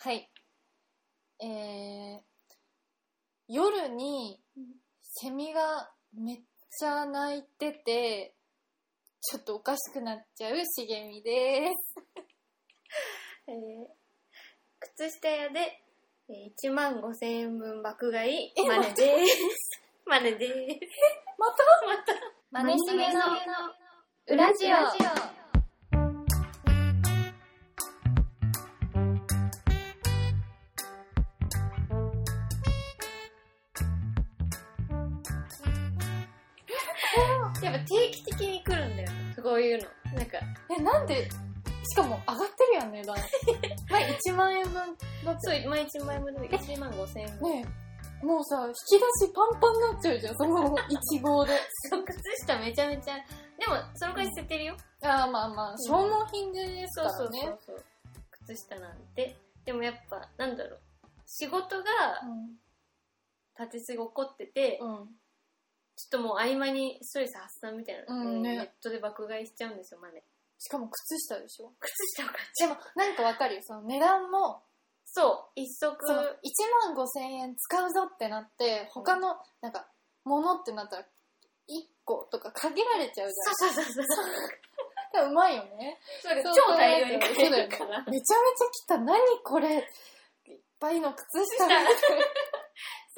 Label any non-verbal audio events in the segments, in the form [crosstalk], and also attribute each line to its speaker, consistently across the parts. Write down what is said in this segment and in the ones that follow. Speaker 1: はい。えー、夜に
Speaker 2: うん
Speaker 1: セミがめっちゃ鳴いてて、ちょっとおかしくなっちゃう茂みです。
Speaker 2: えー靴下屋で、えー、1万5千円分爆買い、マネです。 [laughs] マネです。
Speaker 1: またマ
Speaker 2: また、
Speaker 1: ネしげの
Speaker 2: 裏ジオ。やっぱ定期的に来るんだよ。こういうの。なんか、
Speaker 1: え、なんで、しかも上がってるやん、
Speaker 2: [laughs]
Speaker 1: 値段。前1万円分だって。
Speaker 2: そう、毎日前もで1万5千円分。
Speaker 1: ねえ、もうさ、引き出しパンパンになっちゃうじゃん、その1号
Speaker 2: [laughs]
Speaker 1: で。
Speaker 2: [laughs] そう靴下めちゃめちゃ、でも、その回捨ててるよ。
Speaker 1: ああ、まあまあ、消耗品ですか
Speaker 2: そうそ
Speaker 1: らね
Speaker 2: うそう。そう。靴下なんて。でもやっぱ、なんだろう。仕事が立てすぎ起こってて、
Speaker 1: うん。うん。
Speaker 2: ちょっともう合間にストレス発散みたいなので、
Speaker 1: うんね
Speaker 2: ネットで爆買いしちゃうんですよ、マネ。
Speaker 1: しかも靴下でしょ
Speaker 2: 靴下を買っちゃう。
Speaker 1: でもなんかわかるよその値段も
Speaker 2: そう、一足。
Speaker 1: その1万5千円使うぞってなって他のなんか物ってなったら1個とか限られちゃうじ
Speaker 2: そうそうそうそう。
Speaker 1: ゃんうまいよね
Speaker 2: それ
Speaker 1: そう
Speaker 2: 超大量に買
Speaker 1: そうだ
Speaker 2: え
Speaker 1: よ
Speaker 2: る
Speaker 1: ね
Speaker 2: か
Speaker 1: め
Speaker 2: ら。
Speaker 1: ちゃめちゃ来た何これいっぱいの靴下だ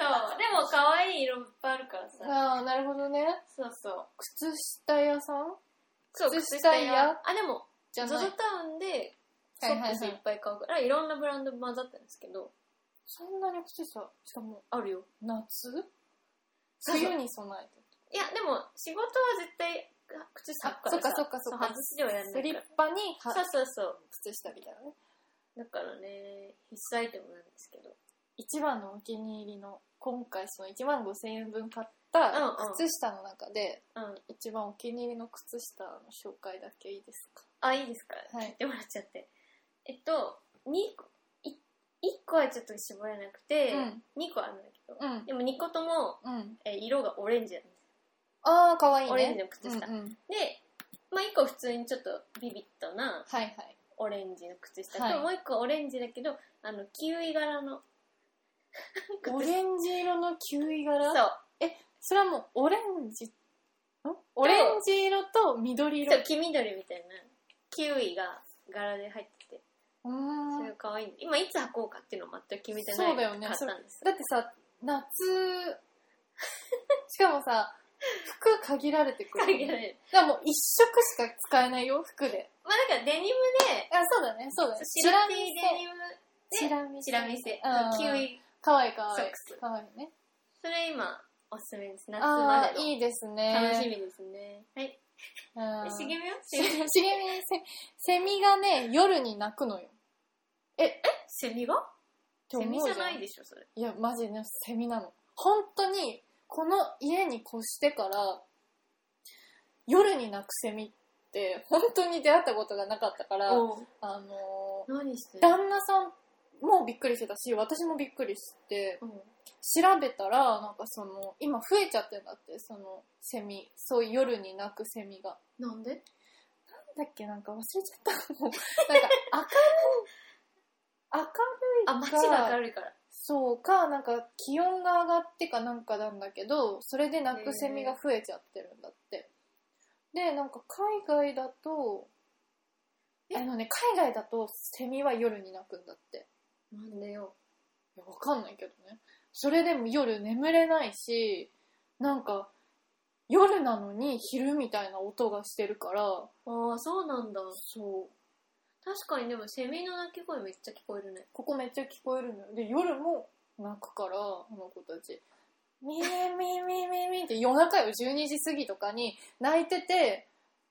Speaker 2: そう。でも可愛い色いっぱいあるから
Speaker 1: [laughs]
Speaker 2: さ。
Speaker 1: ああなるほどね
Speaker 2: そうそう。
Speaker 1: 靴下屋さん
Speaker 2: そう、
Speaker 1: 靴下屋
Speaker 2: あ、でも、
Speaker 1: じゃ
Speaker 2: ゾゾ
Speaker 1: な
Speaker 2: タ
Speaker 1: い
Speaker 2: ウンで、ソ
Speaker 1: はいはいはい
Speaker 2: ックスいっぱい買うから、いろんなブランド混ざったんですけど、
Speaker 1: そんなに靴下しかも
Speaker 2: あるよ。
Speaker 1: 夏
Speaker 2: そうそう
Speaker 1: 冬に備えて
Speaker 2: いや、でも、仕事は絶対、靴下履くからさ。
Speaker 1: あそっかそっかそっか
Speaker 2: う外すではやんな
Speaker 1: ス
Speaker 2: い
Speaker 1: リッ
Speaker 2: から。
Speaker 1: パには
Speaker 2: そうそうそう。
Speaker 1: 靴下みたいなね
Speaker 2: だからね、必須アイテムなんですけど。
Speaker 1: 一番のお気に入りの今回その1万5千円分買った
Speaker 2: うんうん
Speaker 1: 靴下の中で
Speaker 2: うん。
Speaker 1: 一番お気に入りの靴下の紹介だけいいですか
Speaker 2: あ、いいですか
Speaker 1: はい
Speaker 2: 聞いてもらっちゃって。えっと、二個、い一個はちょっと絞れなくて、
Speaker 1: うん
Speaker 2: 二個あるんだけど、
Speaker 1: うん
Speaker 2: でも二個とも、
Speaker 1: うん
Speaker 2: えー色がオレンジなんです。
Speaker 1: ああかわいいね
Speaker 2: オレンジの靴下
Speaker 1: うんうん
Speaker 2: で、まあ一個普通にちょっとビビットな
Speaker 1: はいはい
Speaker 2: オレンジの靴下と、
Speaker 1: はい
Speaker 2: もう一個オレンジだけど、あの、キウイ
Speaker 1: [laughs]
Speaker 2: 柄の。靴下
Speaker 1: オレンジ色のキウイ柄
Speaker 2: そう。
Speaker 1: それはもうオレンジんオレンジ色と緑色
Speaker 2: そう黄緑みたいなキウイが柄で入ってて
Speaker 1: うーん
Speaker 2: それが可愛い今いつ履こうかっていうのを全く決めてない
Speaker 1: そうだよね
Speaker 2: 買ったんです
Speaker 1: だってさ夏 [laughs] しかもさ服限られてくる
Speaker 2: 限
Speaker 1: よ
Speaker 2: ら
Speaker 1: ね
Speaker 2: れる
Speaker 1: だからもう一色しか使えないよ服で
Speaker 2: まあだからデニムで
Speaker 1: あ、そうだね、そうだね。
Speaker 2: 白 T デニム
Speaker 1: チラ見せ。
Speaker 2: チラ見せ
Speaker 1: うん
Speaker 2: キウイ
Speaker 1: かわいいかわい
Speaker 2: ソ
Speaker 1: い
Speaker 2: ックス。
Speaker 1: かわいいね。
Speaker 2: それ今おすすめです夏ま
Speaker 1: あ
Speaker 2: で
Speaker 1: あ、
Speaker 2: の
Speaker 1: いいですね。
Speaker 2: 楽しみですねはい
Speaker 1: うん。
Speaker 2: 茂みは
Speaker 1: しげみ、せセミがね、夜に鳴くのよ。
Speaker 2: セミが
Speaker 1: って
Speaker 2: セ
Speaker 1: 思う
Speaker 2: ミ
Speaker 1: じ
Speaker 2: じ
Speaker 1: ゃ
Speaker 2: ゃ
Speaker 1: ん
Speaker 2: ないでしょそれ
Speaker 1: いや、マジね、セミなの。本当に、この家に越してから、夜に鳴くセミって、本当に出会ったことがなかったから、
Speaker 2: お
Speaker 1: あの
Speaker 2: 何して
Speaker 1: ー
Speaker 2: る
Speaker 1: 旦那さんもびっくりしてたし、私もびっくりして、
Speaker 2: うん
Speaker 1: 調べたらなんかその今増えちゃってんだってそのセミそういう夜に鳴くセミが
Speaker 2: なんで
Speaker 1: なんだっけなんか忘れちゃったもう [laughs] なんか明るい
Speaker 2: あ
Speaker 1: 明るい
Speaker 2: 街
Speaker 1: か
Speaker 2: が明るいから
Speaker 1: そうかなんか気温が上がってかなんかなんだけどそれで鳴くセミが増えちゃってるんだってでなんか海外だと
Speaker 2: え
Speaker 1: あのね海外だとセミは夜に鳴くんだって
Speaker 2: なんでよ
Speaker 1: いやわかんないけどねそれでも夜眠れないしなんか夜なのに昼みたいな音がしてるから
Speaker 2: ああそうなんだ
Speaker 1: そう
Speaker 2: 確かにでもセミの鳴き声めっちゃ聞こえるね
Speaker 1: ここめっちゃ聞こえるのよで夜も泣くからあの子たち「ミーミーミーミーミー」って夜中よ12時過ぎとかに泣いてて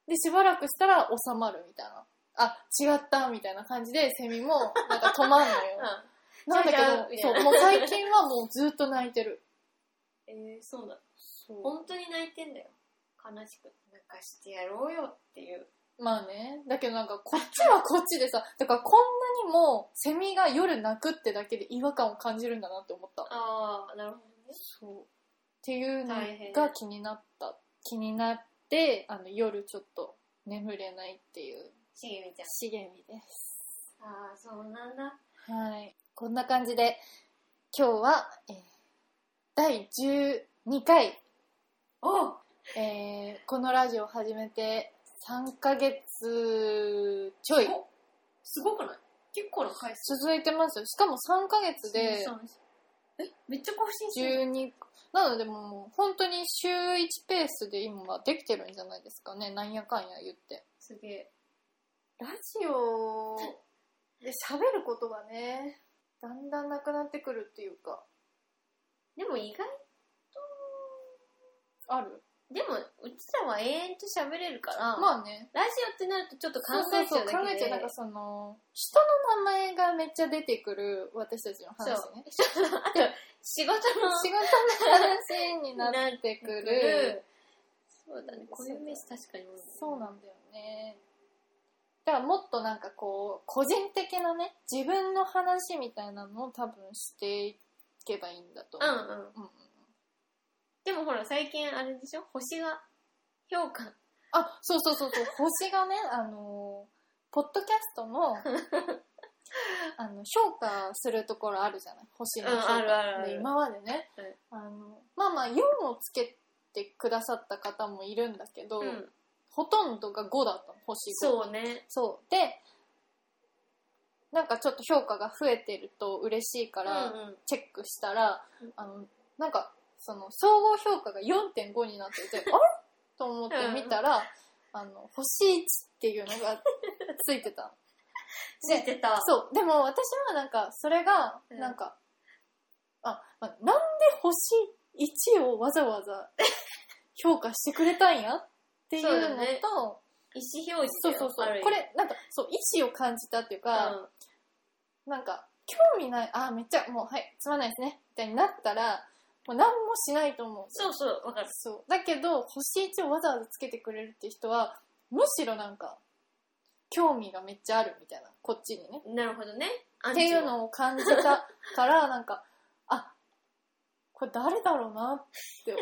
Speaker 1: でしばらくしたら収まるみたいなあ違ったみたいな感じでセミもなんか止まんのよなんだけ
Speaker 2: [laughs] 違う
Speaker 1: ど
Speaker 2: 違う
Speaker 1: そうもう最近はもうずっと泣いてる
Speaker 2: えー、そうだ
Speaker 1: そう
Speaker 2: 本当に泣いてんだよ悲しく泣かしてやろうよっていう
Speaker 1: まあね。だけどなんかこっちはこっちでさ、だからこんなにもセミが夜鳴くってだけで違和感を感じるんだなって思った。
Speaker 2: ああなるほどね
Speaker 1: そう。っていうの
Speaker 2: 大変
Speaker 1: が気になった。気になって、あの夜ちょっと眠れないっていう
Speaker 2: しげみちゃん
Speaker 1: 茂みです。
Speaker 2: ああそうなんだ
Speaker 1: はい。こんな感じで今日は、えー第12回、
Speaker 2: お
Speaker 1: えーこのラジオを始めて3ヶ月ちょい
Speaker 2: おすごくない結構な回数
Speaker 1: 続いてますよしかも3ヶ月で
Speaker 2: そうですえめっちゃ更新してる
Speaker 1: 12なのでもう本当に週1ペースで今はできてるんじゃないですかねなんやかんや言って
Speaker 2: すげえ
Speaker 1: ラジオで喋ることがねだんだんなくなってくるっていうか
Speaker 2: でも意外
Speaker 1: ある
Speaker 2: でもうちらは永遠と喋れるから、
Speaker 1: まあね
Speaker 2: ラジオってなるとちょっと考えち
Speaker 1: そうそう
Speaker 2: ゃ
Speaker 1: う
Speaker 2: だ
Speaker 1: そう考
Speaker 2: け
Speaker 1: え
Speaker 2: で
Speaker 1: ちゃうなんかその人の名前がめっちゃ出てくる私たちの話ね
Speaker 2: 仕事の
Speaker 1: 仕事の話になってく
Speaker 2: な
Speaker 1: る
Speaker 2: ってくるそうだねこういう名詞確かに多いね
Speaker 1: そうなんだよねだからもっとなんかこう個人的なね自分の話みたいなのを多分していけばいいんだと思う、
Speaker 2: うんうん
Speaker 1: うんうん、
Speaker 2: でもほら最近あれでしょ星が評価
Speaker 1: あそうそう
Speaker 2: [laughs]
Speaker 1: そうそう星がねあのーポッドキャストのあの評価するところあるじゃない星の評価、
Speaker 2: うんあるあるある
Speaker 1: で今までね、あのまあまあ4をつけてくださった方もいるんだけど、
Speaker 2: うん
Speaker 1: ほとんどが5だったの星5
Speaker 2: そうね
Speaker 1: そうでなんかちょっと評価が増えてると嬉しいか
Speaker 2: うん
Speaker 1: ら、
Speaker 2: うん
Speaker 1: チェックしたら、
Speaker 2: うん
Speaker 1: あのなんかその総合評価が4.5になって
Speaker 2: [laughs]
Speaker 1: てあれと思って見たら、あの星1っていうの
Speaker 2: [laughs]
Speaker 1: がついてた
Speaker 2: 知ってた
Speaker 1: そうでも私はなんかそれが
Speaker 2: うん
Speaker 1: なんか、あ、まあ、なんで星1をわざわ
Speaker 2: [laughs]
Speaker 1: ざ評価してくれたんやっていうの
Speaker 2: そうだ
Speaker 1: と
Speaker 2: ね意思表示
Speaker 1: そうそうそうこれなんかそう意思を感じたっていうか、
Speaker 2: が
Speaker 1: なんか興味ないあーめっちゃもうはいつまんないですねみたいになったらもう何もしないと思う
Speaker 2: そうそうわかる
Speaker 1: そうだけど星1をわざわざつけてくれるっていう人はむしろなんか興味がめっちゃあるみたいなこっちにね
Speaker 2: なるほどねっ
Speaker 1: っていうのを感じたから [laughs] なんかあこれ誰だろうなって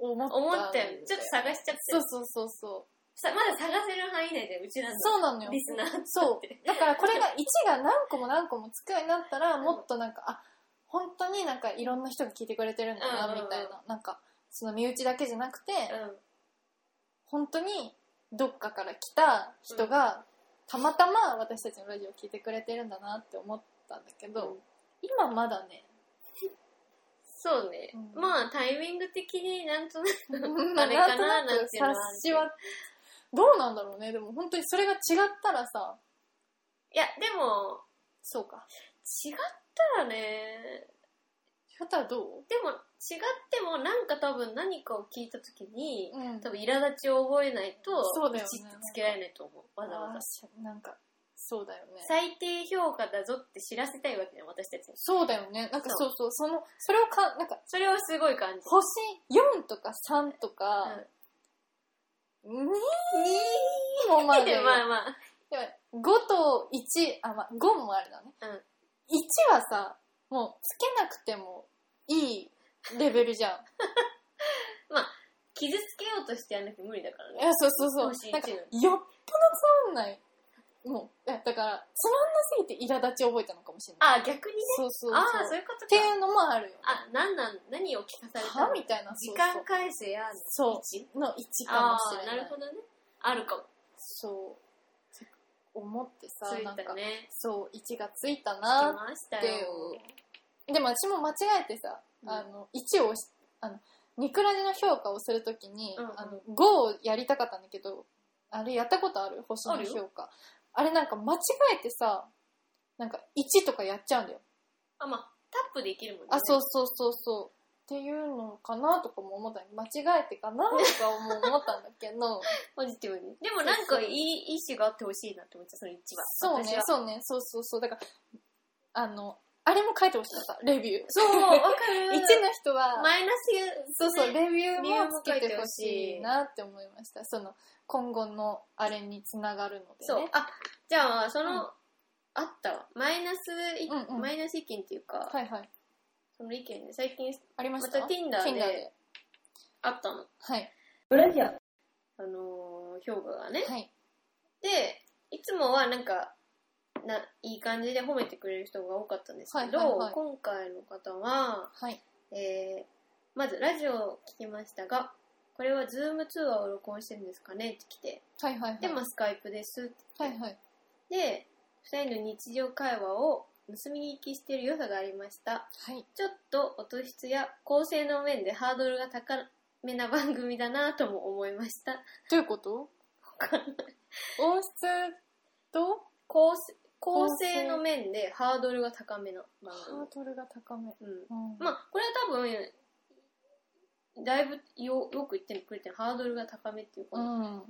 Speaker 1: 思った
Speaker 2: 思ったよちょっと探しちゃって
Speaker 1: そうそうそうそう
Speaker 2: さまだ探せる範囲内でうちらの
Speaker 1: そうなのよ
Speaker 2: リスナー
Speaker 1: そう
Speaker 2: って
Speaker 1: だからこれが1が何個も何個もつくようになったらもっとなんかあ本当になんかいろんな人が聞いてくれてるんだ
Speaker 2: うん
Speaker 1: な
Speaker 2: うんうん
Speaker 1: みたいななんかその身内だけじゃなくて
Speaker 2: うん
Speaker 1: 本当にどっかから来た人がたまたま私たちのラジオを聞いてくれてるんだなって思ったんだけ
Speaker 2: う
Speaker 1: ど
Speaker 2: ん
Speaker 1: 今まだ
Speaker 2: [laughs]
Speaker 1: ね
Speaker 2: そうね
Speaker 1: うん
Speaker 2: まあタイミング的になんとなく
Speaker 1: なん
Speaker 2: あれかな
Speaker 1: とな
Speaker 2: なん
Speaker 1: く
Speaker 2: ていうのは
Speaker 1: 察しはどうなんだろうねでも本当にそれが違ったらさ
Speaker 2: いやでも
Speaker 1: そうか
Speaker 2: 違ったらね
Speaker 1: 違ったらどう、
Speaker 2: でも違ってもなんか多分何かを聞いた時に
Speaker 1: うん
Speaker 2: 多分苛立ちを覚えないと
Speaker 1: そうだよね
Speaker 2: 1ってつけられないと思うわざわざ
Speaker 1: あーなんかそうだよね
Speaker 2: 最低評価だぞって知らせたいわけね私たちに
Speaker 1: そうだよね。なんか
Speaker 2: そ
Speaker 1: そううそう、その、それをか、なんか、
Speaker 2: それをすごい感じ
Speaker 1: 星4とか3とか、2もま
Speaker 2: まあ
Speaker 1: で。
Speaker 2: [laughs] まあまあ
Speaker 1: でも5と1、あ、まあ、5もあるだね。
Speaker 2: うん
Speaker 1: 1はさ、もうつけなくてもいいレベルじゃん。
Speaker 2: 傷つけようとしてやんなきゃ無理だから
Speaker 1: い
Speaker 2: ね
Speaker 1: や、そうそうそ
Speaker 2: 星
Speaker 1: う。
Speaker 2: 一
Speaker 1: なんか、よっぽどつまんない。もう、いやだから、つまんなすぎて苛立ち覚えたのかもしれない。
Speaker 2: あ逆にね
Speaker 1: そうそうそう。
Speaker 2: ああそういうこと
Speaker 1: って
Speaker 2: か
Speaker 1: いうのもあるよね。
Speaker 2: あなんなん何を聞かされた
Speaker 1: は
Speaker 2: の
Speaker 1: みたいな、
Speaker 2: 時
Speaker 1: そう
Speaker 2: 間返せや
Speaker 1: そう
Speaker 2: 位置
Speaker 1: そう。の1か
Speaker 2: あ
Speaker 1: もし
Speaker 2: あ
Speaker 1: れな。
Speaker 2: ーないるほどねあるかも
Speaker 1: そう思ってさ
Speaker 2: つい
Speaker 1: なん
Speaker 2: た
Speaker 1: か
Speaker 2: ね
Speaker 1: そう1がついた
Speaker 2: つき
Speaker 1: な
Speaker 2: ました
Speaker 1: って
Speaker 2: よ
Speaker 1: でも私も間違えてさ、
Speaker 2: うん
Speaker 1: あの1を押しあのニクラジの評価をするときに、
Speaker 2: うんうん
Speaker 1: あの5をやりたかったんだけどあれやったことある星の評価あれなんか間違えてさなんか1とかやっちゃうんだよ、
Speaker 2: あまあタップできるもんね
Speaker 1: あそうそうそうそうっていうのかなとかも思った間違えてかなとかも思ったんだけど
Speaker 2: ポジティブにでもなんかいい意思があってほしいなって思っちゃうその一番
Speaker 1: そう
Speaker 2: 私
Speaker 1: ね
Speaker 2: は、
Speaker 1: そうね、そうそうそう。だから、あの、あれも書いてほしかった、レビュー。
Speaker 2: そうわか
Speaker 1: 1
Speaker 2: る [laughs]
Speaker 1: の人は、
Speaker 2: マイナス
Speaker 1: そうそう、レビュー
Speaker 2: 理由
Speaker 1: も
Speaker 2: も
Speaker 1: つ
Speaker 2: 書い
Speaker 1: け
Speaker 2: て
Speaker 1: て
Speaker 2: ほ
Speaker 1: ほ
Speaker 2: しい
Speaker 1: しいなって思いました。その、今後のあれにつながるので
Speaker 2: そう
Speaker 1: ね。
Speaker 2: あじゃあその、
Speaker 1: うん
Speaker 2: あったわマイナスい、
Speaker 1: うんうん
Speaker 2: マイナス意見っていうか、
Speaker 1: はいはい。
Speaker 2: その意見で最近
Speaker 1: ありま
Speaker 2: ま
Speaker 1: した
Speaker 2: た Tinder で
Speaker 1: Tinder で。
Speaker 2: あったの
Speaker 1: はい。
Speaker 2: あのー評価がね
Speaker 1: はい。
Speaker 2: でいつもはなんかないい感じで褒めてくれる人が多かったんですけど、
Speaker 1: はいはいはい
Speaker 2: 今回の方は、
Speaker 1: はい。
Speaker 2: えーまずラジオを聞きましたが、これはズーム通話を録音してるんですかねって来て、
Speaker 1: はいはいはい。
Speaker 2: で、まあスカイプですって
Speaker 1: はいはい。
Speaker 2: で、二人の日常会話を盗み聞きしている良さがありました。
Speaker 1: はい。
Speaker 2: ちょっと音質や構成の面でハードルが高めな番組だなとも思いました。
Speaker 1: どういうこと音質と
Speaker 2: 構成構成の面でハードルが高めな番
Speaker 1: ハードルが高め。
Speaker 2: 組。うん
Speaker 1: うん
Speaker 2: まあ、これは多分、だいぶよよく言ってくれてるハードルが高めっていうこと。
Speaker 1: うん。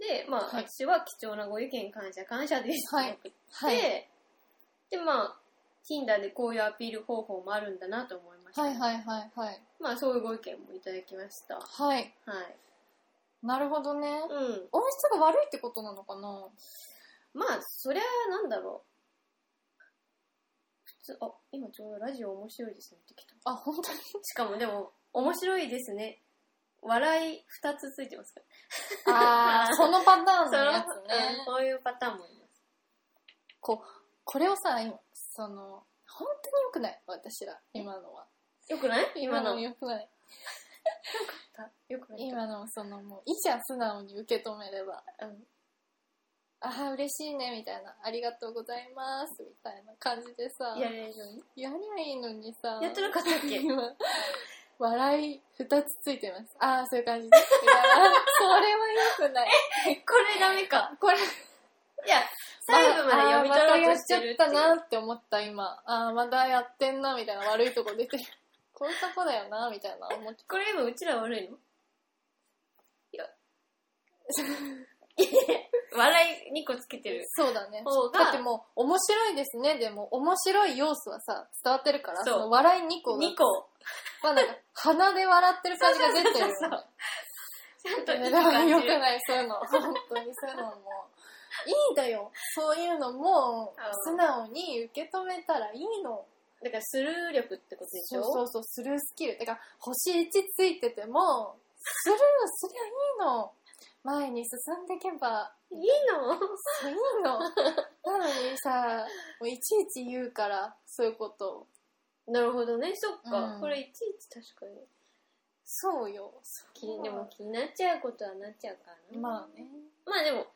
Speaker 2: で、まあ、
Speaker 1: はい
Speaker 2: 私は貴重なご意見感謝感謝です。
Speaker 1: はい
Speaker 2: って
Speaker 1: はい。
Speaker 2: で、で、まあ、Tinder でこういうアピール方法もあるんだなと思いました。
Speaker 1: はいはいはいはい。
Speaker 2: まあ、そういうご意見もいただきました。は
Speaker 1: はい。
Speaker 2: い。
Speaker 1: なるほどね。
Speaker 2: うん。
Speaker 1: 音質が悪いってことなのかな
Speaker 2: まあ、そりゃ、なんだろう。普通、あ、今ちょうどラジオ面白いですねって来た。
Speaker 1: あ、本当に
Speaker 2: しかもでも、面白いですね。笑い二つついてますから。
Speaker 1: あ [laughs] ー、そのパターン
Speaker 2: そ
Speaker 1: の
Speaker 2: の
Speaker 1: やつね
Speaker 2: うん。こういうパターンもあります。
Speaker 1: こう、これをさ、今、その、本当に良くない私ら、今のは。
Speaker 2: よくない今の。よ
Speaker 1: 良くない。
Speaker 2: かった。よくない。
Speaker 1: 今の、その、もう、いちゃ素直に受け止めれば、
Speaker 2: うん
Speaker 1: あー、嬉しいね、みたいな、ありがとうございます、みたいな感じでさ、
Speaker 2: やれるのに。
Speaker 1: やりゃいいのにさ、
Speaker 2: やってなかったっ
Speaker 1: [laughs]
Speaker 2: け
Speaker 1: 今、笑い二つついてます。ああ、そういう感じです。いやーそれは良くない。
Speaker 2: これダメか。
Speaker 1: これ、
Speaker 2: いや、細部まで読み取ろうとしてるって
Speaker 1: あーまたやっちゃった
Speaker 2: いう。
Speaker 1: なって思った今。ああ、またやってんな、みたいな悪いとこ出てる。こういうとこだよな、みたいな思って。
Speaker 2: これ今うちら悪いのいや。 [laughs] 笑い2個つけてる。
Speaker 1: そうだね
Speaker 2: 方。が
Speaker 1: だってもう、面白いですね。でも、面白い要素はさ、伝わってるから、
Speaker 2: そう
Speaker 1: その笑い2個が
Speaker 2: 2、個。
Speaker 1: まあなんか、鼻で笑ってる感じが出てるよね。
Speaker 2: そうそうちゃんと
Speaker 1: ね
Speaker 2: いい
Speaker 1: だから
Speaker 2: 感じ
Speaker 1: 良くない、そういうの。本当にそういうのも。いいだよ。そういうのも
Speaker 2: あー、
Speaker 1: 素直に受け止めたらいいの。
Speaker 2: だからスルー力ってことでし
Speaker 1: そう
Speaker 2: ょ
Speaker 1: そうそう、スルースキル。だから、星1ついてても、スルーすりゃいいの。前に進んでいけば、
Speaker 2: いいの
Speaker 1: いい [laughs] の。なのにさ、もういちいち言うから、そういうことを。
Speaker 2: [laughs] なるほどね、そっか。
Speaker 1: うん
Speaker 2: これいちいち確かに
Speaker 1: そうよ。
Speaker 2: 気に。でも気になっちゃうことはなっちゃうからな。
Speaker 1: まあね。
Speaker 2: まあでも、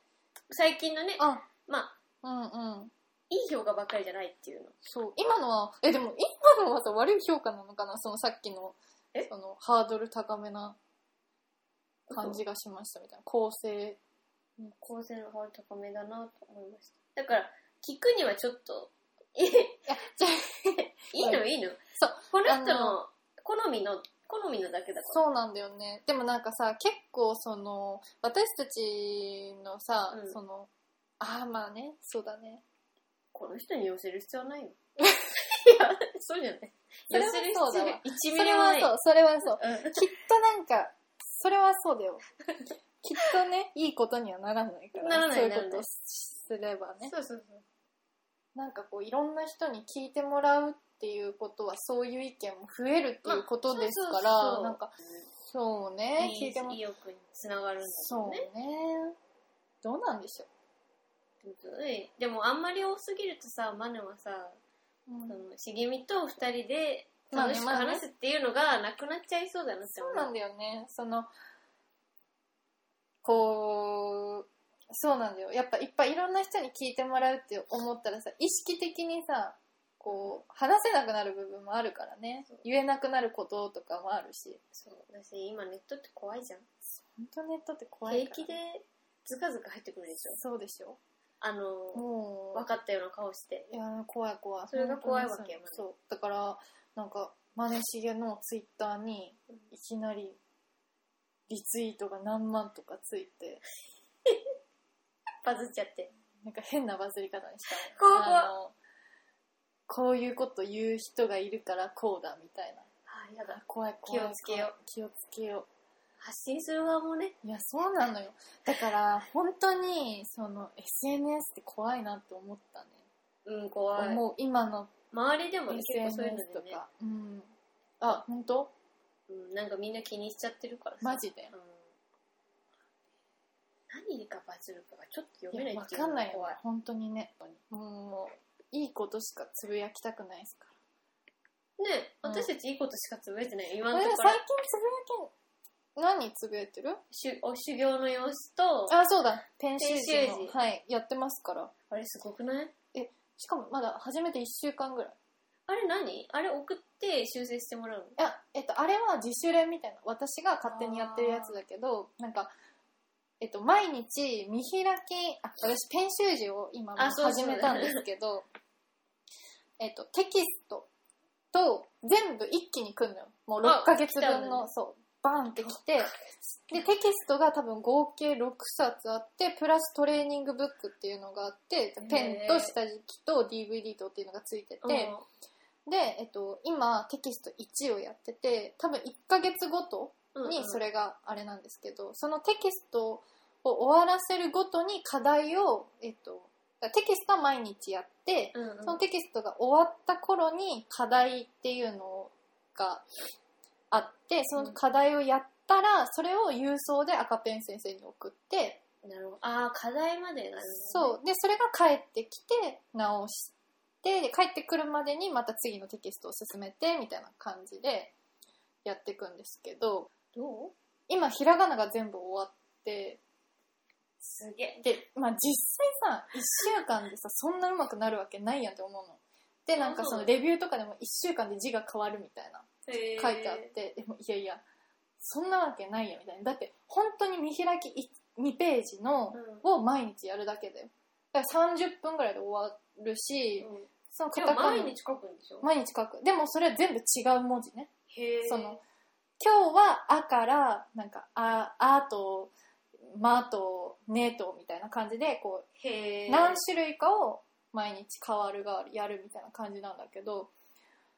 Speaker 2: 最近のね、
Speaker 1: あ、
Speaker 2: まあ、
Speaker 1: うんうん。
Speaker 2: いい評価ばっかりじゃないっていうの。
Speaker 1: そう。今のは、え、でも今のはさ、悪い評価なのかなそのさっきの
Speaker 2: え、
Speaker 1: その、ハードル高めな感じがしましたみたいな。構成。
Speaker 2: うん構成のハードル高めだなと思いました。だから、聞くにはちょっと、え
Speaker 1: いや、じゃあ
Speaker 2: [laughs] いいのいいの。
Speaker 1: そう。
Speaker 2: この人
Speaker 1: あ
Speaker 2: の好みの、好みのだけだから。
Speaker 1: そうなんだよね。でもなんかさ、結構その、私たちのさ、
Speaker 2: うん
Speaker 1: その、ああまあね、そうだね。
Speaker 2: この人に寄せる必要は
Speaker 1: [laughs]
Speaker 2: ないの。いや、そうじゃない。
Speaker 1: それ
Speaker 2: 寄
Speaker 1: は
Speaker 2: せる
Speaker 1: そう
Speaker 2: 必
Speaker 1: だ
Speaker 2: 要
Speaker 1: わ
Speaker 2: 1
Speaker 1: そ
Speaker 2: ミリ
Speaker 1: れ
Speaker 2: も
Speaker 1: は
Speaker 2: ない。
Speaker 1: そう、それはそう。
Speaker 2: うん
Speaker 1: きっとなんか、それはそうだよ。きっとね、いいことにはならないから、
Speaker 2: ならない
Speaker 1: そういう
Speaker 2: なら
Speaker 1: こ
Speaker 2: な
Speaker 1: と
Speaker 2: い
Speaker 1: をすればね。
Speaker 2: そうそうそう。
Speaker 1: なんかこう、いろんな人に聞いてもらうっていうことは、そういう意見も増えるっていうことですか
Speaker 2: まあそうそうそ
Speaker 1: ら、
Speaker 2: う
Speaker 1: なんか、そうね、聞いてもら
Speaker 2: 意欲につながるんだ
Speaker 1: そ
Speaker 2: よ
Speaker 1: う
Speaker 2: ね。
Speaker 1: ね。どうなんでしょ
Speaker 2: うんでもあんまり多すぎるとさ、マネはさ、
Speaker 1: う。うん
Speaker 2: その茂みと二人で楽しく
Speaker 1: まあねまあね
Speaker 2: 話すっていうのがなくなっちゃいそうだなって
Speaker 1: そう
Speaker 2: 思
Speaker 1: なんだよね。その、こう、そうなんだよ。やっぱいっぱいいろんな人に聞いてもらうって思ったらさ、意識的にさ、こう、話せなくなる部分もあるからね
Speaker 2: そう。
Speaker 1: 言えなくなることとかもあるし。
Speaker 2: そうだし今ネットって怖いじゃん
Speaker 1: 本当ネットって怖い
Speaker 2: 平
Speaker 1: から。
Speaker 2: 気でズカズカ入ってくるでしょ
Speaker 1: そうでしょ。
Speaker 2: あの
Speaker 1: もう、
Speaker 2: 分かったような顔して
Speaker 1: いやー怖い怖い
Speaker 2: それが怖いわけ
Speaker 1: 本当にそうそうだからなんかマネしげのツイッターに
Speaker 2: うん
Speaker 1: いきなりリツイートが何万とかついて
Speaker 2: バズっちゃって
Speaker 1: なんか変なバズり方にした
Speaker 2: 怖い怖い
Speaker 1: あのこういうこと言う人がいるからこうだみたいな
Speaker 2: あーやだ
Speaker 1: あ怖い怖い
Speaker 2: 気をつけよう
Speaker 1: 気をつけよう
Speaker 2: 発信する側もね
Speaker 1: いや、そうなのよ。だから、本当に、その、SNS って怖いなって思ったね。
Speaker 2: うん怖い
Speaker 1: 思う、今の
Speaker 2: 周りでもね結構そういうの
Speaker 1: SNS と
Speaker 2: でね
Speaker 1: か。うん。あ、本当
Speaker 2: うん、なんかみんな気にしちゃってるからさ
Speaker 1: マジで
Speaker 2: うん何がバズるかがちょっと読
Speaker 1: い
Speaker 2: めない
Speaker 1: や、わ
Speaker 2: っていう
Speaker 1: かん
Speaker 2: のが
Speaker 1: ないよ
Speaker 2: 怖い
Speaker 1: ね。本当にね。もう、いいことしかつぶやきたくないですか
Speaker 2: ねえ
Speaker 1: うん
Speaker 2: 私たちいいことしかつぶやいてない今
Speaker 1: ら。
Speaker 2: の
Speaker 1: え
Speaker 2: と
Speaker 1: 最近
Speaker 2: ころ
Speaker 1: つぶやき、何つぶやいてる
Speaker 2: しゅお修行の様子とあ
Speaker 1: あ、そうだ。ペン習字
Speaker 2: ペン習
Speaker 1: の。
Speaker 2: 字
Speaker 1: はい、やってますから。
Speaker 2: れすごくない
Speaker 1: しかもまだ初めて1週間ぐらい。
Speaker 2: あれ何あれ送って修正してもらうの
Speaker 1: いや、えっと、あれは自主練みたいな。私が勝手にやってるやつだけど、なんか、えっと、毎日見開き、あ、私、ペン習字を今
Speaker 2: あそうそ
Speaker 1: 始
Speaker 2: う
Speaker 1: めたんですけど、 [laughs] えっと、テキストと全部一気にくんのよ。もう
Speaker 2: あ
Speaker 1: 6ヶ月
Speaker 2: 来たんだ
Speaker 1: 分
Speaker 2: ね
Speaker 1: の、そう、バーンってきて、で、テキストが多分合計6冊あって、プラストレーニングブックっていうのがあって、ペンと下敷きと DVD とっていうのがついてて、
Speaker 2: うん
Speaker 1: で、えっと、今テキスト1をやってて多分1ヶ月ごと
Speaker 2: うんうん
Speaker 1: にそれがあれなんですけど、そのテキストを終わらせるごとに課題を、えっと、テキストは毎日やって、
Speaker 2: うんうん
Speaker 1: そのテキストが終わった頃に課題っていうのがあってその課題をやったらそれを郵送で赤ペン先生に送って、
Speaker 2: なるほどああ課題までがあるんだね
Speaker 1: そうでそれが帰ってきて直してで帰ってくるまでにまた次のテキストを進めてみたいな感じでやっていくんですけど
Speaker 2: どう
Speaker 1: 今ひらがなが全部終わって
Speaker 2: すげえ
Speaker 1: で、まあ、実際さ1週間でさそんな上手くなるわけないやんって思うの。でなんかそのレビューとかでも1週間で字が変わるみたいな書いてあって、でもいやいやそんなわけないやみたいなだって本当に見開き2ページの、
Speaker 2: うん
Speaker 1: を毎日やるだけだよだから30分ぐらいで終わるし、
Speaker 2: うん
Speaker 1: その
Speaker 2: で
Speaker 1: カタ
Speaker 2: も
Speaker 1: カナ
Speaker 2: 毎日書くんでしょ
Speaker 1: 毎日書くでもそれは全部違う文字ね
Speaker 2: へえ
Speaker 1: その今日は「あ」からなんか「あ」あと「ま」と「ね」とみたいな感じでこ
Speaker 2: へ
Speaker 1: う
Speaker 2: え
Speaker 1: 何種類かを毎日変わるがわるやるみたいな感じなんだけど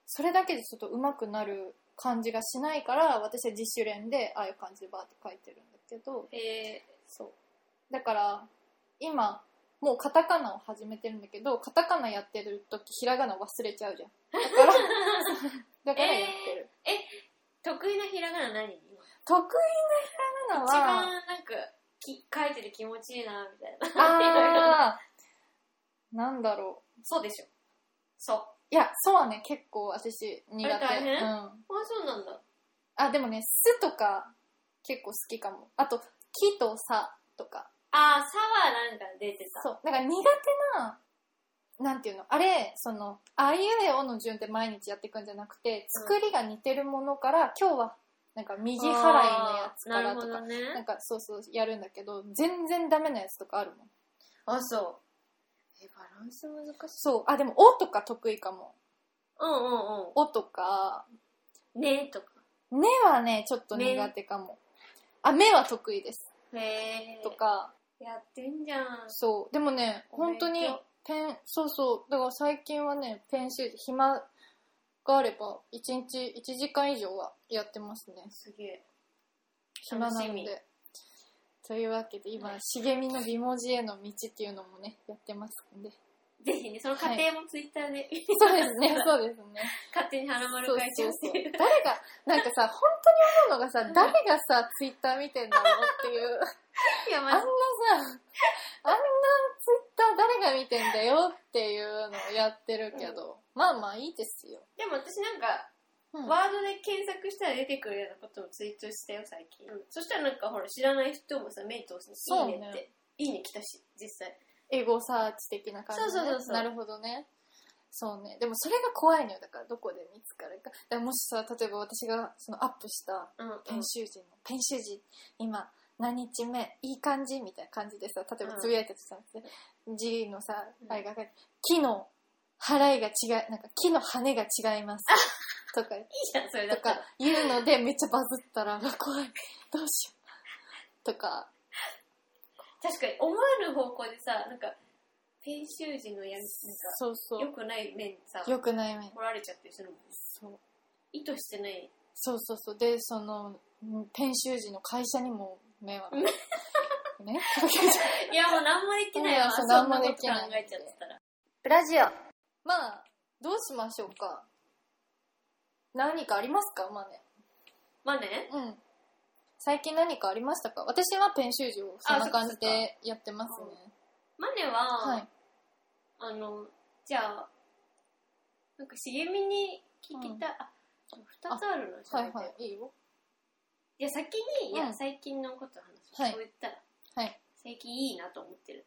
Speaker 1: それだけでちょっと上手くなる感じがしないから私は自主練でああいう感じでバーって書いてるんだけど
Speaker 2: へえ
Speaker 1: そうだから今もうカタカナを始めてるんだけどカタカナやってる時ひらがな忘れちゃうじゃんだから [laughs] だからやってる、
Speaker 2: 得意なひらがな何今
Speaker 1: 得意なひ
Speaker 2: 一
Speaker 1: らがな
Speaker 2: 番
Speaker 1: は
Speaker 2: なんかき書いてて気持ちいいなみた [laughs] いな
Speaker 1: あーなんだろう
Speaker 2: そうでしょそう
Speaker 1: いやそうはね結構私苦手
Speaker 2: あれ大変
Speaker 1: うん、
Speaker 2: あそうなんだ
Speaker 1: あでもね「す」とか結構好きかもあと「き」と「さ」とか
Speaker 2: ああさはなんか出てた
Speaker 1: そうだから苦手ななんていうのあれその「あいうえお」の順で毎日やっていくんじゃなくて作りが似てるものから、今日はなんか右払いのやつからと
Speaker 2: あ
Speaker 1: か
Speaker 2: ーなるほど
Speaker 1: な,、
Speaker 2: ね
Speaker 1: んかそうそうやるんだけど全然ダメなやつとかあるもん
Speaker 2: あそうえバランス難しい
Speaker 1: そうあでも「お」とか得意かも
Speaker 2: うんうん
Speaker 1: 「お」とか
Speaker 2: うんねとか
Speaker 1: 「ね」はねちょっと苦手かも、あ「目」は得意です
Speaker 2: へえ
Speaker 1: とか
Speaker 2: やってんじゃん
Speaker 1: そうでもね
Speaker 2: お
Speaker 1: 本
Speaker 2: 勉強
Speaker 1: 当にペンそうそうだから最近はねペン習字暇があれば1日1時間以上はやってますね
Speaker 2: すげえ
Speaker 1: 暇なの
Speaker 2: 楽しみ
Speaker 1: でというわけで今茂みの美文字への道っていうのも
Speaker 2: [laughs]
Speaker 1: ねやってますんで
Speaker 2: ぜひねその過程もツイッターで
Speaker 1: そうですねそうですね
Speaker 2: [laughs] 勝手に花丸
Speaker 1: そう
Speaker 2: 書いち
Speaker 1: そう
Speaker 2: ゃっ
Speaker 1: そう
Speaker 2: てる
Speaker 1: 誰がなんかさ本当に思うのがさ誰がさツイッター見てんだろうっていう
Speaker 2: い
Speaker 1: [laughs]
Speaker 2: や
Speaker 1: あんな
Speaker 2: ま
Speaker 1: さ
Speaker 2: ず、
Speaker 1: あんなツイッター誰が見てんだよっていうのをやってるけど、まあまあいいですよ。
Speaker 2: でも私なんか
Speaker 1: うん
Speaker 2: ワードで検索したら出てくるようなことをツイートしたよ、最近。そしたらなんかほら、知らない人もさ、目通す
Speaker 1: そうね
Speaker 2: し、いいねって。いいね来たし、実際。
Speaker 1: エゴサーチ的な感じ、ね、
Speaker 2: そうそうそうそう
Speaker 1: なるほどね。そうね。でもそれが怖いのよ。だからどこで見つかるか。だからもしさ、例えば私がそのアップした
Speaker 2: うん、うん。
Speaker 1: ペン習字の、ペン習字、今、何日目、いい感じみたいな感じでさ、例えばつぶやいたとしたら、字のさ、あれが書いて、木の払いが違い、なんか木の羽が違い
Speaker 2: [laughs]
Speaker 1: ます。とか
Speaker 2: いいじゃん、それだ
Speaker 1: と
Speaker 2: った。
Speaker 1: から言うのでめっちゃバズったらうわ怖いどうしようとか
Speaker 2: 確かに、思わぬ方向でさ、なんか、ペン習字のやみ、なん
Speaker 1: そうそう
Speaker 2: か、良くない面さ、
Speaker 1: よくない面
Speaker 2: 掘られちゃってる人もん
Speaker 1: そう
Speaker 2: 意図してない。
Speaker 1: そうそうそうでそのんペン習字の会社にも迷 [laughs] 惑ね
Speaker 2: いや、もう何もできない
Speaker 1: うん
Speaker 2: わ、
Speaker 1: そ
Speaker 2: そ
Speaker 1: うん何
Speaker 2: な
Speaker 1: も
Speaker 2: こと
Speaker 1: で
Speaker 2: 考
Speaker 1: きない
Speaker 2: えちゃってたら。
Speaker 1: ブラジオまあどうしましょうか何かありますかまあね
Speaker 2: まあね、
Speaker 1: うん最近何かありましたか私はペン習字をそんな感じでやってますね。
Speaker 2: マネは、
Speaker 1: はい。
Speaker 2: あの、じゃあ、なんか茂みに聞きたい、あ、二つあるのじゃ
Speaker 1: は
Speaker 2: あ
Speaker 1: いはい。いいよ。
Speaker 2: じゃあ先に、い
Speaker 1: うん
Speaker 2: や、最近のことの話を、
Speaker 1: はい
Speaker 2: そう言ったら、
Speaker 1: はい。
Speaker 2: 最近いいなと思ってる。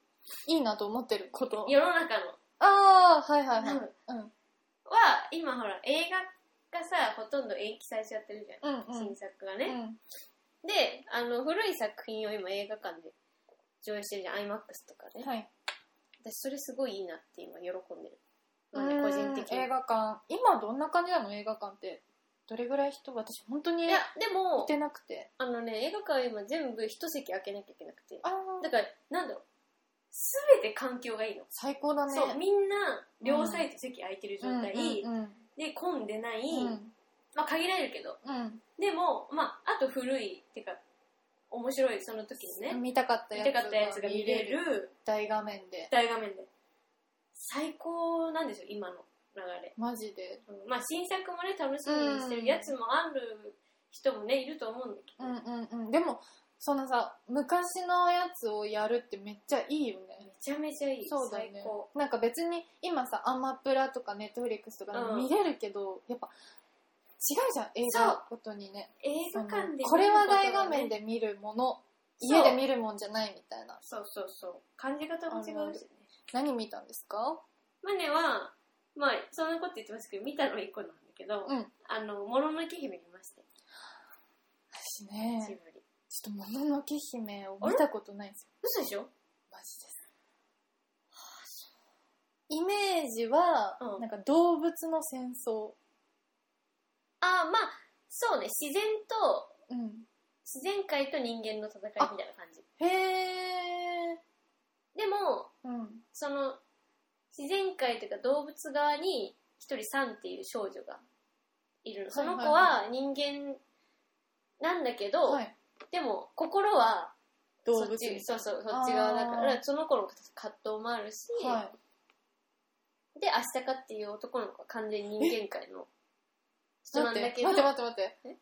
Speaker 1: いいなと思ってること。
Speaker 2: 世の中の、
Speaker 1: ああ、はいはいはい。
Speaker 2: うん
Speaker 1: うん。
Speaker 2: は、今ほら、映画がさ、ほとんど延期されちゃってるじゃん。
Speaker 1: うんうん。
Speaker 2: 新作がね、
Speaker 1: うん。
Speaker 2: で、あの、古い作品を今映画館で上映してるじゃん。IMAX とかね。
Speaker 1: はい。
Speaker 2: 私、それすごいいいなって今喜んでる。まあね、個人的
Speaker 1: う
Speaker 2: に
Speaker 1: ん。映画館。今どんな感じなの映画館って。どれぐらい人私本当に
Speaker 2: い
Speaker 1: 行
Speaker 2: や、でも
Speaker 1: っ、てなくて。
Speaker 2: あのね、映画館は今全部一席開けなきゃいけなくて。
Speaker 1: ああ。
Speaker 2: だから、なんだろう。すべて環境がいいの。
Speaker 1: 最高だね。
Speaker 2: そう、みんな、両サイド席空いてる状態、
Speaker 1: うんうん
Speaker 2: で、混んでない、
Speaker 1: うん。うん
Speaker 2: まあ限られるけど、
Speaker 1: うん
Speaker 2: でも、まあ、あと古い、っていうか、面白い、その時にね、
Speaker 1: 見たかった
Speaker 2: 見
Speaker 1: やつ
Speaker 2: たかったやつが見れる、
Speaker 1: 大画面で
Speaker 2: 大画面で。最高なんですよ、今の流れ。
Speaker 1: マジで
Speaker 2: うんまあ、新作もね、楽しみにしてるやつもある人もね、いると思うんだけ
Speaker 1: う
Speaker 2: ど、
Speaker 1: んうんうんでもそのさ昔のやつをやるってめっちゃいいよね
Speaker 2: めちゃめちゃいい、
Speaker 1: そうだよ
Speaker 2: 最
Speaker 1: ね
Speaker 2: 高。
Speaker 1: なんか別に今さアマプラとかネットフリックスとか
Speaker 2: うん
Speaker 1: 見れるけど、やっぱ違うじゃん映画ごとにね
Speaker 2: 映画館で見るとね、
Speaker 1: これは大画面で見るもの
Speaker 2: そう
Speaker 1: 家で見るもんじゃないみたいな
Speaker 2: そうそうそう。感じ方も違うしね。
Speaker 1: 何見たんですか
Speaker 2: マネは、まあ、そんなこと言ってますけど、見たのは一個なんだけど、
Speaker 1: うん
Speaker 2: あの、もののけ姫見ましたよ
Speaker 1: 私ね
Speaker 2: ジブリ。
Speaker 1: ちょっと「もののけ姫」を見たことないんですよ
Speaker 2: 嘘でしょ
Speaker 1: マジです。イメージは、
Speaker 2: うん
Speaker 1: なんか動物の戦争。
Speaker 2: ああ、まあ、そうね、自然と、
Speaker 1: うん。
Speaker 2: 自然界と人間の戦いみたいな感じ。
Speaker 1: へー。
Speaker 2: でも、
Speaker 1: うん。
Speaker 2: その、自然界というか動物側に、一人サンっていう少女がいるの。その子は人間なんだけど、
Speaker 1: はい。
Speaker 2: でも、心は、
Speaker 1: 動物
Speaker 2: そっち、そうそう、そっ
Speaker 1: あー
Speaker 2: ち側だから、その子の葛藤もあるし、
Speaker 1: は
Speaker 2: で、明日かっていう男の子は完全に人間界の
Speaker 1: い。
Speaker 2: 人なんだけど、
Speaker 1: 待って
Speaker 2: 明
Speaker 1: 待って待って待って。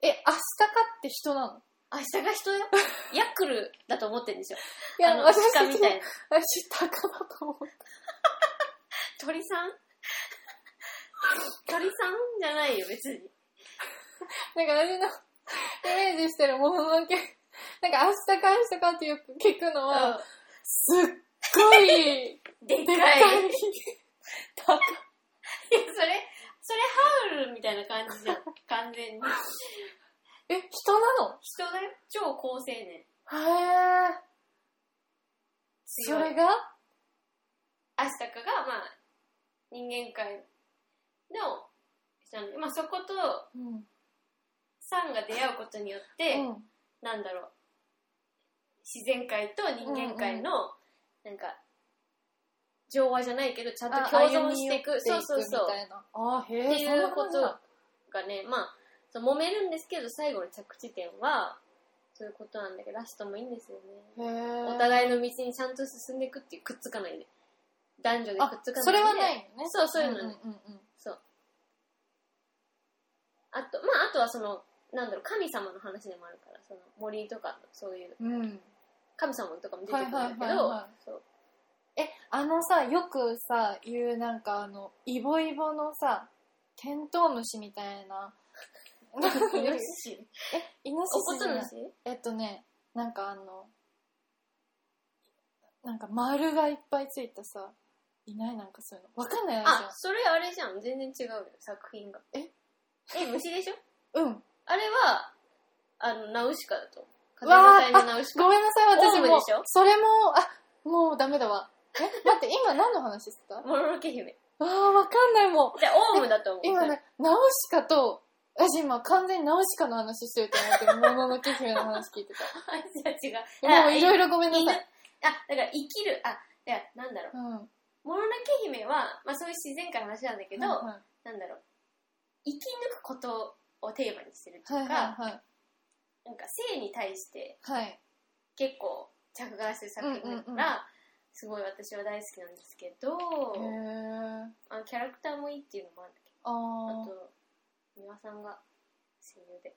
Speaker 1: え、明日かって人なの
Speaker 2: 日
Speaker 1: [laughs]
Speaker 2: が人よ。ヤクルだと思ってるんですよ。
Speaker 1: い
Speaker 2: あの、鹿みたいな。
Speaker 1: 私、鷹だと思った。
Speaker 2: 鳥
Speaker 1: [laughs]
Speaker 2: さん鳥さんじゃないよ、別に。
Speaker 1: なんか私のイメージしてるもののけ、なんか明日か明日かってよく聞くのは、すっごい、
Speaker 2: うんでか
Speaker 1: で
Speaker 2: い。い
Speaker 1: か
Speaker 2: や、
Speaker 1: い
Speaker 2: そ [laughs] れ、、
Speaker 1: 鷹。
Speaker 2: それハウルみたいな感 [laughs] じじゃん。完全に。
Speaker 1: え、人なの
Speaker 2: 人だよ。超高青年。
Speaker 1: へえ。そ
Speaker 2: 強い
Speaker 1: れが
Speaker 2: アシタカが、まあ、人間界の人なんで、まあそこと
Speaker 1: うん。
Speaker 2: サンが出会うことによって、なんだろう、自然界と人間界の、なんか、調和じゃないけど、ちゃんと共存していく、そうそうそう、
Speaker 1: みたいな。あー、へえ。
Speaker 2: っていうこ
Speaker 1: そんな感
Speaker 2: とがね、まあ、そう揉めるんですけど、最後の着地点は、そういうことなんだけど、ラストもいいんですよね。
Speaker 1: じなんだ。へえ。
Speaker 2: お互いの道にちゃんと進んでいくっていう、くっつかないで。男女でくっ
Speaker 1: あ
Speaker 2: つかな
Speaker 1: そ
Speaker 2: いで。、
Speaker 1: れはないよね。
Speaker 2: そうそういうのね
Speaker 1: んうんうん
Speaker 2: そう。あと、まあ、あとはその、なんだろう、神様の話でもあるから、その森とかの、そういう、
Speaker 1: うん。うん。
Speaker 2: 神様とかも出てくるんだけ
Speaker 1: はいはいはい
Speaker 2: ど
Speaker 1: は、
Speaker 2: そう。
Speaker 1: え、あのさ、よくさ、言うなんかあの、イボイボのさ、テントウムシみたいな。
Speaker 2: イノシ
Speaker 1: [laughs]
Speaker 2: シ
Speaker 1: イノ
Speaker 2: おこ
Speaker 1: シシじ
Speaker 2: と
Speaker 1: ゃな
Speaker 2: の
Speaker 1: い
Speaker 2: し
Speaker 1: えっとね、なんかあの、なんか丸がいっぱいついたさ、いないなんかそういうの。わかんないやつ
Speaker 2: あ、それあれじゃん。全然違うよ、作品が。
Speaker 1: え
Speaker 2: え、虫でしょ
Speaker 1: じゃん。うん。
Speaker 2: あれは、あの、ナウシカだと。風
Speaker 1: わ
Speaker 2: の
Speaker 1: ー
Speaker 2: 谷のナウシカ。
Speaker 1: ごめんなさい、私
Speaker 2: オウム
Speaker 1: も
Speaker 2: でしょ。
Speaker 1: それも、あ、もうダメだわ。え、待って、今何の話してたあ
Speaker 2: もののけ姫。
Speaker 1: ー、わかんない、もう。
Speaker 2: じ [laughs] ゃあ、オウムだと思う。
Speaker 1: 今ね、ナオシカと、私今完全にナオシカの話してると思って、もののけ姫の話聞いてた。
Speaker 2: あじゃ
Speaker 1: も
Speaker 2: あ違う。 [laughs]
Speaker 1: ういろいろごめんな
Speaker 2: 犬
Speaker 1: さ
Speaker 2: あ
Speaker 1: い。、
Speaker 2: だから生きる、あ、いや、なんだろう。
Speaker 1: うん。
Speaker 2: もののけ姫は、まあそういう自然界の話なんだけど、
Speaker 1: は
Speaker 2: なんだろう、生き抜くことをテーマにしてる
Speaker 1: い
Speaker 2: と
Speaker 1: はいいは
Speaker 2: う
Speaker 1: い
Speaker 2: か、
Speaker 1: はい。
Speaker 2: なんか性に対して
Speaker 1: はい。
Speaker 2: 結構着眼してる作品だから、
Speaker 1: うんうんうん
Speaker 2: すごい私は大好きなんですけど、
Speaker 1: へー。
Speaker 2: あのキャラクターもいいっていうのもあるんだけ
Speaker 1: あ
Speaker 2: ど、
Speaker 1: ー。
Speaker 2: あと、美輪さんが声優で。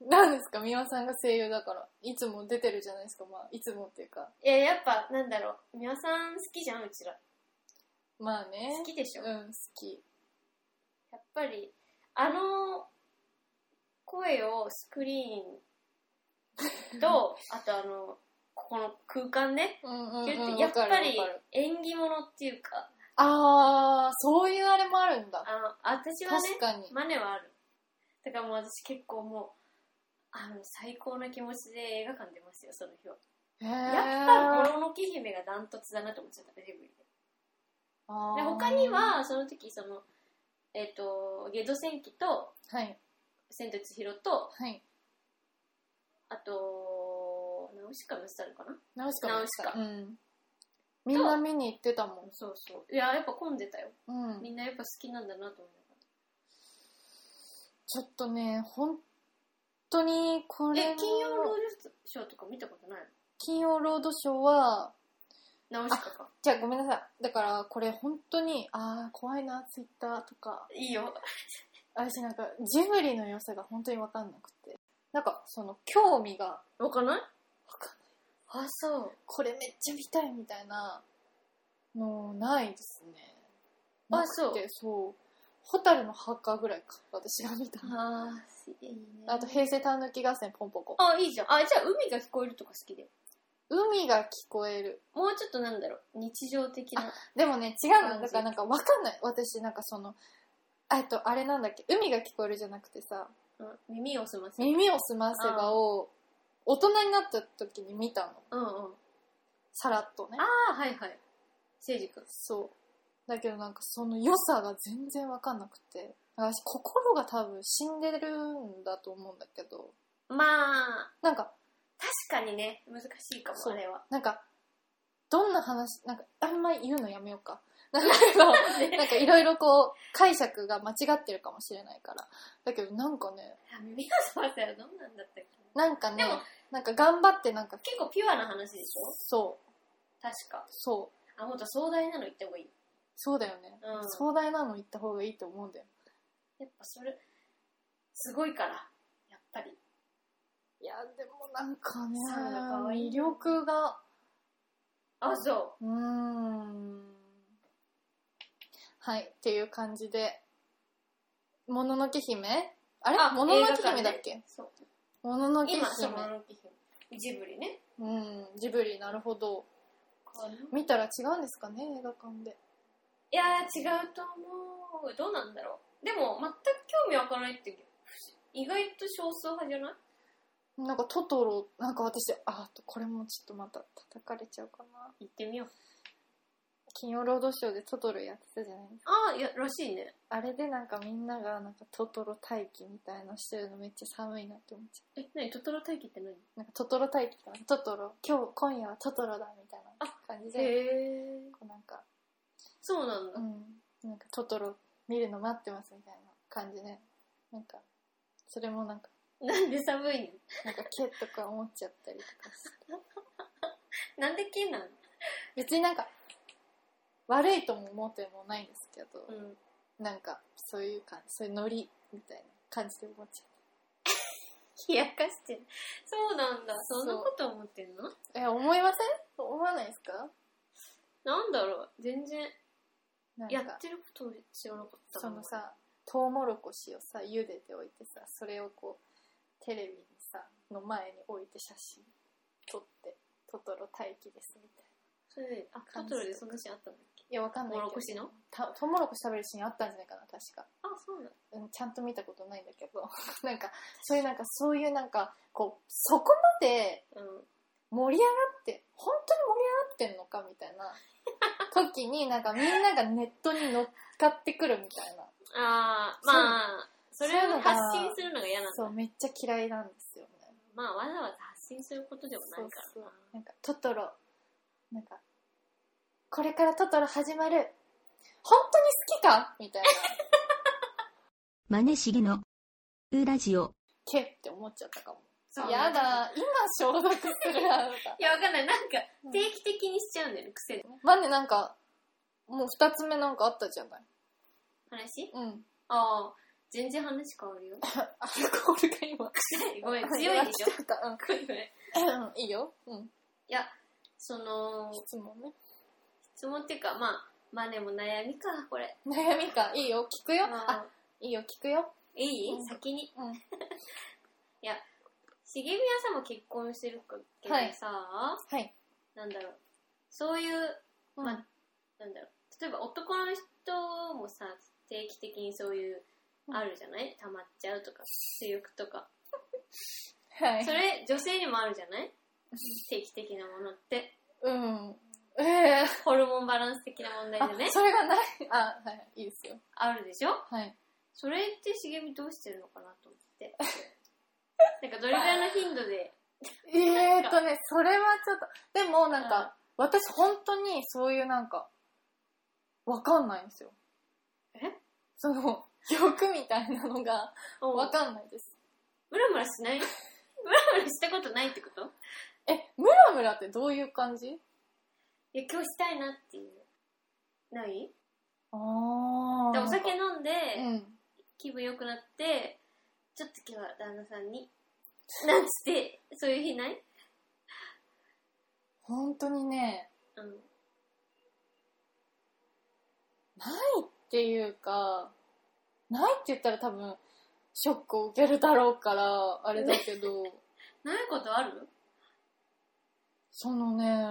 Speaker 1: なんですか美輪さんが声優だからいつも出てるじゃないですかまあいつもっていうか
Speaker 2: いややっぱなんだろう美輪さん好きじゃんうちら
Speaker 1: まあね
Speaker 2: 好きでしょ、
Speaker 1: う
Speaker 2: や
Speaker 1: ん好き
Speaker 2: っぱりあの声をスクリー
Speaker 1: [laughs]
Speaker 2: ンとあとあのここの空間ね
Speaker 1: うんうん、
Speaker 2: 言
Speaker 1: う
Speaker 2: っ
Speaker 1: ん、
Speaker 2: てやっ
Speaker 1: わかる
Speaker 2: ぱり
Speaker 1: わかる
Speaker 2: 縁起物っていうか
Speaker 1: ああそういうあれもあるんだ
Speaker 2: あの私はね
Speaker 1: 確かに
Speaker 2: マネはあるだからもう私結構もうあの最高な気持ちで映画館出ますよその日は
Speaker 1: へー
Speaker 2: やっぱ「もののけ姫」がダントツだなと思っちゃったねジブリで
Speaker 1: あー
Speaker 2: で他にはその時そのえっ、と「ゲド戦記」と
Speaker 1: はい
Speaker 2: 「千と千尋」と
Speaker 1: はい
Speaker 2: あと「ナウシカムスタル」かな
Speaker 1: ナウシカ
Speaker 2: ナウシカ
Speaker 1: うん、みんな見に行ってたも
Speaker 2: そうそういややっぱ混んでたよ
Speaker 1: ん、うん、
Speaker 2: みんなやっぱ好きなんだなと思いながら
Speaker 1: ちょっとね本当にこれ
Speaker 2: え
Speaker 1: も
Speaker 2: 金曜ロードショーとか見たことないの
Speaker 1: 金曜ロードショーは
Speaker 2: ナウシカか
Speaker 1: じゃあごめんなさいだからこれ本当にああ怖いなツイッターとか
Speaker 2: いいよ
Speaker 1: 私なんかジブリの良さが本当に分かんなくてなんかその興味が
Speaker 2: わかんない
Speaker 1: 分かんない
Speaker 2: あそう
Speaker 1: これめっちゃ見たいみたいなのないですね
Speaker 2: あ
Speaker 1: なくてそう蛍の墓ぐらいか私が見たの
Speaker 2: ああいいね
Speaker 1: あと平成たぬき合戦ポンポコ
Speaker 2: あいいじゃんあじゃあ海が聞こえるとか好きで
Speaker 1: 海が聞こえる
Speaker 2: もうちょっとなんだろう日常的な
Speaker 1: でもね違うのだからなんかわかんない私なんかそのえっとあれなんだっけ海が聞こえるじゃなくてさ
Speaker 2: うん耳を澄ませる
Speaker 1: 耳をすませばを大人になった時に見たの
Speaker 2: うんうん
Speaker 1: さらっとね
Speaker 2: ああはいはいせいじくん
Speaker 1: そうだけどなんかその良さが全然わかんなくて私心が多分死んでるんだと思うんだけど
Speaker 2: まあ
Speaker 1: なんか
Speaker 2: 確かにね難しいかも
Speaker 1: そう
Speaker 2: あれは [laughs]
Speaker 1: なんかどんな話なんかあんまり言うのやめよ
Speaker 2: [laughs]
Speaker 1: うかなんだけどなんかいろいろこう解釈が間違ってるかもしれないからだけどなんかね
Speaker 2: あ耳を澄ませはどんなんだったっけ
Speaker 1: なんかね
Speaker 2: でも
Speaker 1: なんか頑張ってなんか
Speaker 2: 結構ピュアな話でしょ
Speaker 1: そう
Speaker 2: 確か
Speaker 1: そう
Speaker 2: あもっと壮大なの言った方がいい
Speaker 1: そうだよね、
Speaker 2: うん
Speaker 1: 壮大なの言った方がいいと思うんだよ
Speaker 2: やっぱそれすごいからやっぱり
Speaker 1: いやでもなんかね
Speaker 2: そうだ可愛い
Speaker 1: 魅力が
Speaker 2: あそう
Speaker 1: ーんはい、っていう感じで。もののけ姫あれ
Speaker 2: あ
Speaker 1: もののけ姫だっけ
Speaker 2: うそう
Speaker 1: もののけ姫
Speaker 2: 今。そうもののけ姫ジブリね
Speaker 1: うん、ジブリ、なるほど。
Speaker 2: い
Speaker 1: 見たら違うんですかね、映画館で。
Speaker 2: やー違うと思うどうなんだろうでも全く興味わかないって意外と少数派じゃない
Speaker 1: なんかトトロ、なんか私、あ、これもちょっとまた叩かれちゃうかな。
Speaker 2: 行ってみよう
Speaker 1: 金曜ロードショーでトトロやってたじゃないですか。
Speaker 2: ああいやらしいね
Speaker 1: あれでなんかみんながなんかトトロ待機みたいのしてるのめっちゃ寒いなって思っちゃう。
Speaker 2: え何トトロ待機って何
Speaker 1: なんかトトロ待機かなトトロ今日今夜はトトロだみたいな感じで
Speaker 2: へえ
Speaker 1: こうなんか
Speaker 2: そうなんだ、
Speaker 1: うんなんかトトロ見るの待ってますみたいな感じでなんかそれもなんか
Speaker 2: なんで寒いの
Speaker 1: なんか毛とか思っちゃったりとかして
Speaker 2: なんで毛なの
Speaker 1: 別になんか悪いとも思ってもないんですけど、
Speaker 2: うん
Speaker 1: なんかそういう感じそういうノリみたいな感じで思っちゃっ
Speaker 2: 冷やかしてるそうなんだそんなこと思ってんの
Speaker 1: たえ思いません思わないですか
Speaker 2: なんだろう全然
Speaker 1: なん
Speaker 2: や
Speaker 1: か
Speaker 2: ってることを知らなかった
Speaker 1: そ
Speaker 2: な
Speaker 1: のさトウモロコシをさ茹でておいてさそれをこうテレビにさの前に置いて写真撮ってトトロ待機ですみたい
Speaker 2: それであトトロでそんなシーンあったんだっけ
Speaker 1: ないやわかんないけ
Speaker 2: モ
Speaker 1: ど
Speaker 2: ロコシの
Speaker 1: たトウモロコシ食べるシーンあったんじゃないかな確か、
Speaker 2: あそうなんだ
Speaker 1: うん、ちゃんと見たことないんだけど [laughs] なんかそういうなんかそういうなんかこうそこまで
Speaker 2: うん
Speaker 1: 盛り上がって本当に盛り上がってんのかみたいな
Speaker 2: [laughs]
Speaker 1: 時になんかみんながネットに乗っかってくるみたいな
Speaker 2: ああまあそ
Speaker 1: そう
Speaker 2: れを発信するのが嫌なんだ
Speaker 1: そうめっちゃ嫌いなんですよね
Speaker 2: まあわざわざ発信することでもないから
Speaker 1: そうそうなんかトトロなんかこれからトトロ始まる本当に好きかみた
Speaker 2: [laughs]
Speaker 1: いな
Speaker 3: マネしげの、ウラジオ。
Speaker 1: けって思っちゃったかも
Speaker 2: そう
Speaker 1: やだ今消毒するなとか
Speaker 2: いやわかんないなんか
Speaker 1: うん
Speaker 2: 定期的にしちゃうんだよね癖で
Speaker 1: マネなんかもう二つ目なんかあったじゃない
Speaker 2: 話
Speaker 1: うん
Speaker 2: ああ全然話変わるよ。
Speaker 1: アルコールが今。
Speaker 2: ごめん、強いでしょ。
Speaker 1: 来たか
Speaker 2: ごめんごめんい
Speaker 1: うんうん。いいよ。うん。
Speaker 2: や、その、
Speaker 1: 質問ね。
Speaker 2: 質問っていうか、まあ、まあでも悩みか、これ。
Speaker 1: 悩みか。いいよ。聞くよ。あ、
Speaker 2: あ
Speaker 1: いいよ。聞くよ。
Speaker 2: いい、
Speaker 1: うん
Speaker 2: 先に。
Speaker 1: うん
Speaker 2: いや、茂宮さんも結婚してるけどさ、
Speaker 1: はい。
Speaker 2: なんだろう、そういう、
Speaker 1: うん
Speaker 2: まあ、なんだろう、例えば男の人もさ、定期的にそういう、
Speaker 1: うん
Speaker 2: あるじゃない溜まっちゃうとか、性欲とか。
Speaker 1: はい
Speaker 2: そ。れ、女性にもあるじゃない定期的なものって。
Speaker 1: うん。ええ
Speaker 2: ホルモンバランス的な問
Speaker 1: あ
Speaker 2: 題でね、
Speaker 1: それがない。あ、はい。いいですよ。
Speaker 2: あるでしょ
Speaker 1: はい。
Speaker 2: それって茂みどうしてるのかなと
Speaker 1: [laughs]
Speaker 2: 思って。なんかどれぐらいの頻度で、
Speaker 1: えーとね、それはちょっと、でもなんか、私本当にそういうなんか、わかんないんですよ。
Speaker 2: え
Speaker 1: その、欲みたいなのが、
Speaker 2: う
Speaker 1: [laughs]
Speaker 2: ん
Speaker 1: わかんないです。
Speaker 2: ムラムラ [laughs] しないムラムラしたことないってこと
Speaker 1: え、ムラムラってどういう感じ
Speaker 2: いや、今日したいなっていう。ない
Speaker 1: あ
Speaker 2: でお酒飲んで、
Speaker 1: うん。
Speaker 2: 気分良くなって、ちょっと今日は旦那さんに、 [laughs] なんつって、そういう日ない
Speaker 1: 本当にね、
Speaker 2: うん。
Speaker 1: っていうか、ないって言ったら多分、ショックを受けるだろうから、あれだけ [laughs] ど、
Speaker 2: ないことある
Speaker 1: そのね、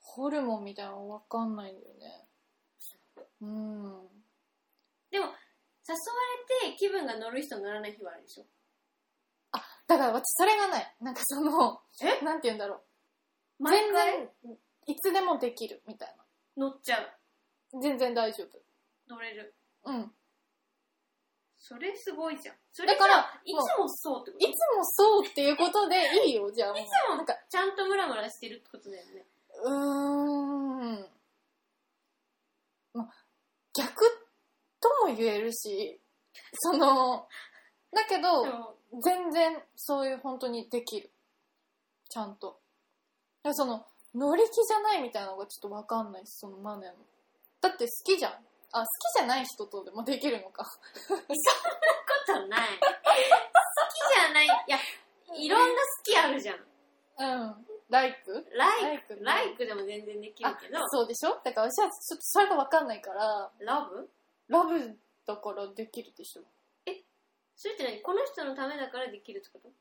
Speaker 1: ホルモンみたいなのわかんないんだよね。うん。
Speaker 2: でも、誘われて気分が乗る人乗らない日はあるでしょ
Speaker 1: だから私それがない。なんかその、
Speaker 2: え
Speaker 1: なんて言うんだろう。
Speaker 2: 毎
Speaker 1: 全
Speaker 2: 回
Speaker 1: 然、いつでもできるみたい
Speaker 2: 乗っちゃう。
Speaker 1: な。全然大丈
Speaker 2: 乗れる。
Speaker 1: 夫。うん。
Speaker 2: それすごいじゃん。それ
Speaker 1: だか
Speaker 2: から、
Speaker 1: ら、
Speaker 2: い
Speaker 1: もう
Speaker 2: つもそうってこ
Speaker 1: い
Speaker 2: と
Speaker 1: つもそうっていうことでいいよ、じゃあもう。い
Speaker 2: つも
Speaker 1: なんか、
Speaker 2: ちゃんとムラムラしてるってことだよね。
Speaker 1: うーん。ま、逆とも言えるし、その、だけど、
Speaker 2: でも
Speaker 1: 全然そういう本当にできるちゃんといやその乗り気じゃないみたいなのがちょっとわかんないしそのマネのだって好きじゃんあ好きじゃない人とでも [laughs] できるのか
Speaker 2: [laughs] ことない。好きじゃない。いや、いろんな好きあるじゃん。
Speaker 1: うんライク
Speaker 2: ライ
Speaker 1: ライク
Speaker 2: ク、
Speaker 1: ね
Speaker 2: ライクでも全然できる
Speaker 1: あ
Speaker 2: けど、
Speaker 1: そうでしょだから私はちょっとそれがわかんないから
Speaker 2: ラブ
Speaker 1: ラブだからできるでしょ
Speaker 2: それって何この人のためだからできるってこと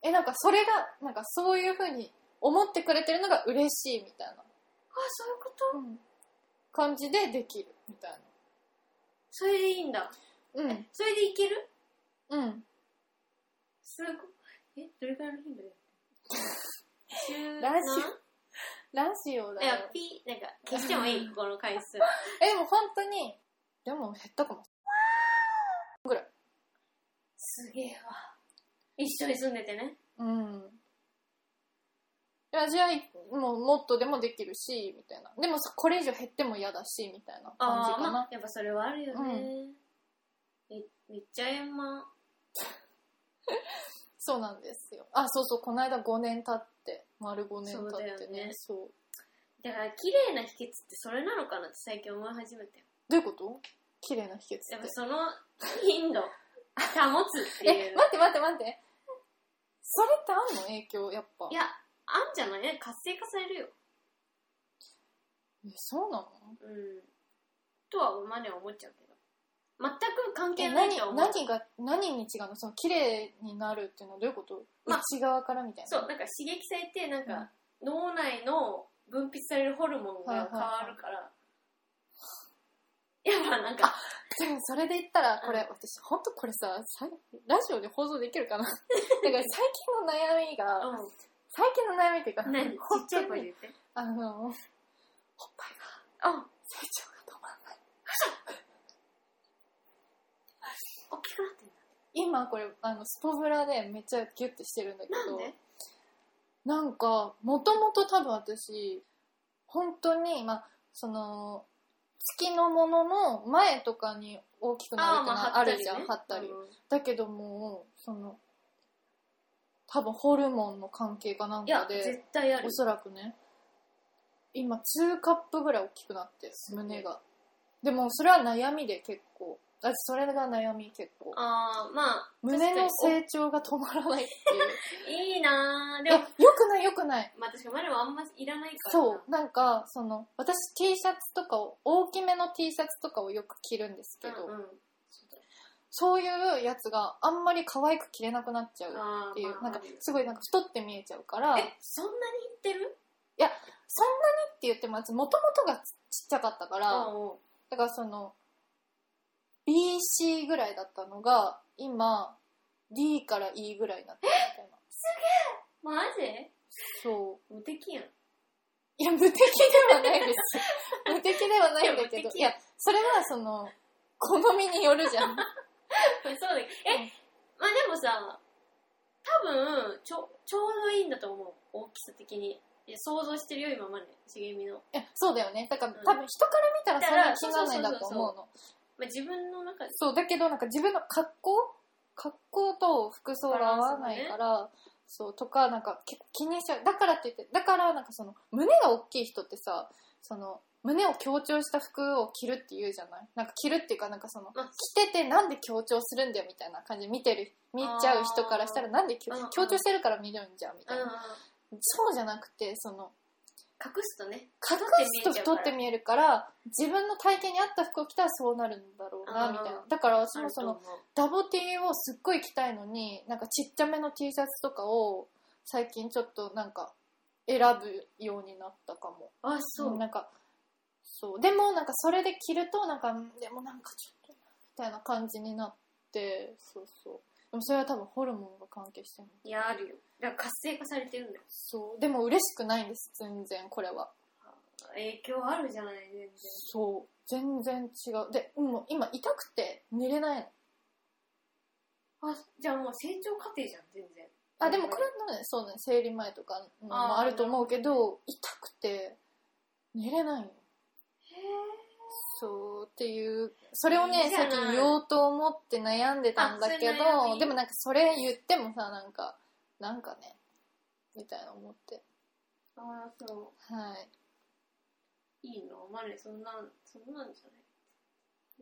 Speaker 1: えなんかそれがなんかそういうふうに思ってくれてるのが嬉しいみたいな、
Speaker 2: あ、そういうこと
Speaker 1: うん、感じでできるみたい
Speaker 2: それでいいんだ。
Speaker 1: な
Speaker 2: それでいける
Speaker 1: うんうん
Speaker 2: すごい。え、どれくらいの頻度で [laughs] や
Speaker 1: ラ
Speaker 2: って
Speaker 1: ジ
Speaker 2: る
Speaker 1: オラジオだ
Speaker 2: い
Speaker 1: よ
Speaker 2: や、ピー、なんか、消してもいい、ここの回数。
Speaker 1: え、でも本当に、でも減ったかも。ぐらい。
Speaker 2: すげえわ。一緒に住んでてね。
Speaker 1: うん。いや、じゃあ、もうもっとでもできるし、みたいな。でもさ、これ以上減っても嫌だし、みたいな感じ
Speaker 2: ああ、
Speaker 1: か
Speaker 2: まあ
Speaker 1: な。、
Speaker 2: やっぱそれはあるよね。めめっちゃ円満。
Speaker 1: そうなんですよ。あ、そうそう、この間5年経って、丸5年経っ
Speaker 2: そ
Speaker 1: て
Speaker 2: うだよ
Speaker 1: ね。
Speaker 2: ね
Speaker 1: そう
Speaker 2: だから、綺麗な秘訣ってそれなのかなって最近思い始めて。
Speaker 1: どういうこと綺麗な秘訣
Speaker 2: やっ
Speaker 1: っ
Speaker 2: ぱその頻度、保つって
Speaker 1: て。 [laughs] え
Speaker 2: い、う。
Speaker 1: 待って待って待って。それってあんの影響、やっぱ。
Speaker 2: いや、あんじゃない活性化されるよ。
Speaker 1: えそうなの
Speaker 2: うん。とは、マネは思っちゃうけど。全く関
Speaker 1: え
Speaker 2: 係ない
Speaker 1: 何
Speaker 2: と思う。
Speaker 1: 何が何に違うのその綺麗になるっていうのはどういうこと、
Speaker 2: まあ
Speaker 1: 内側からみたいな
Speaker 2: そう、なんか刺激されて、なんか、脳内の分泌されるホルモンが変わるから。やっぱなんか、
Speaker 1: でもそれで言ったらこれ、私ほんとこれささいラジオで放送できるか
Speaker 2: [laughs]
Speaker 1: なだから最近の悩みが、
Speaker 2: うん。
Speaker 1: 最近の悩みっていうか
Speaker 2: 何ち
Speaker 1: 本
Speaker 2: っちゃい
Speaker 1: 当
Speaker 2: 声で
Speaker 1: に
Speaker 2: 言って。
Speaker 1: あのおっぱいが
Speaker 2: あ、
Speaker 1: 成長が止まんない
Speaker 2: 大きくなってんだ。
Speaker 1: 今これあのスポブラでめっちゃギュッてしてるんだけ
Speaker 2: な
Speaker 1: ど
Speaker 2: んで
Speaker 1: なんかもともと多分私本当にまあその月のものの前とかに大きくなるってのはあるじゃん、
Speaker 2: ね
Speaker 1: 貼ったり、
Speaker 2: うん
Speaker 1: だけどもうその多分ホルモンの関係かなん
Speaker 2: いや
Speaker 1: か、で
Speaker 2: 絶対ある
Speaker 1: お。そらくね今2カップぐらい大きくなって胸がでもそれは悩みで結構私それが悩み結構
Speaker 2: ああ、まあ、
Speaker 1: 胸の成長が止まらないって
Speaker 2: [laughs]
Speaker 1: いう
Speaker 2: いいなー。
Speaker 1: い
Speaker 2: で
Speaker 1: や
Speaker 2: も、
Speaker 1: よくないよくない
Speaker 2: まあ確かに、マルはあんまいらないからな。
Speaker 1: そうなんかその私 T シャツとかを大きめの T シャツとかをよく着るんですけど、
Speaker 2: うんうんそうだよ
Speaker 1: そういうやつがあんまり可愛く着れなくなっちゃう
Speaker 2: あー
Speaker 1: っていう
Speaker 2: ま
Speaker 1: な
Speaker 2: あ
Speaker 1: んかすごいなんか太って見えちゃうからそんなにっ
Speaker 2: え、そんなに言ってる
Speaker 1: て言っても私もともとがちっちゃかったから、
Speaker 2: うんうん
Speaker 1: だからその BC ぐらいだったのが今 D から E ぐらいになってるみたいな
Speaker 2: マジ
Speaker 1: そう
Speaker 2: 無敵やん。 [laughs]
Speaker 1: いや無敵ではないです無敵ではないんだけ
Speaker 2: いや無
Speaker 1: ど
Speaker 2: 敵
Speaker 1: いやそれはその好みによるじゃん
Speaker 2: そうだけどえ、
Speaker 1: うん
Speaker 2: まあでもさ多分ちょちょうどいいんだと思う大きさ的にいや想像してるよ今まで茂みの、
Speaker 1: いやそうだよねだから、
Speaker 2: うん
Speaker 1: 多分人から見たらそんな気にならないんだと思うの
Speaker 2: まあ、自分の中で
Speaker 1: そうだけどなんか自分の格好格好と服装が合わないから、そうとかなんか結構気にしちゃうだからって言ってだからなんかその胸が大きい人ってさその胸を強調した服を着るって言うじゃないなんか着るっていうかなんかその
Speaker 2: まあ
Speaker 1: 着ててなんで強調するんだよみたいな感じで見てる見ちゃう人からしたらなんで強
Speaker 2: うんうん
Speaker 1: 強調してるから見るんじゃんみた
Speaker 2: う
Speaker 1: い
Speaker 2: んうん
Speaker 1: な、そうじゃなくてその
Speaker 2: 隠すとね
Speaker 1: 隠すと太って見えるから自分の体型に合った服を着たらそうなるんだろうなみたいな
Speaker 2: あ
Speaker 1: だから
Speaker 2: そ
Speaker 1: 私も
Speaker 2: も
Speaker 1: そ
Speaker 2: そ
Speaker 1: の
Speaker 2: も
Speaker 1: ダボ T をすっごい着たいのになんかちっちゃめの T シャツとかを最近ちょっとなんか選ぶようになったかも
Speaker 2: あそう、
Speaker 1: なんかそうでもなんかそれで着るとなんかんでもなんかちょっとみたいな感じになってそうそうでもそれは多分ホルモンが関係してる
Speaker 2: いやあるよだから活性化されてるんだよ
Speaker 1: そうでも嬉しくないんです全然これは
Speaker 2: 影響あるじゃない全然
Speaker 1: そう全然違うでもう今痛くて寝れないの
Speaker 2: あじゃあもう成長過程じゃん全然
Speaker 1: あでもこれはねそうね生理前とかのもあると思うけど痛くて寝れないよ
Speaker 2: へ
Speaker 1: そうっていうそれをね
Speaker 2: いいじ
Speaker 1: 最
Speaker 2: ゃない
Speaker 1: 近言おうと思って悩んでたんだけ
Speaker 2: あそれ悩
Speaker 1: ど
Speaker 2: み
Speaker 1: でもなんかそれ言ってもさなんかなんかねみたいな思って
Speaker 2: えああそう
Speaker 1: はい
Speaker 2: いいのマネそんなんそんなんじゃない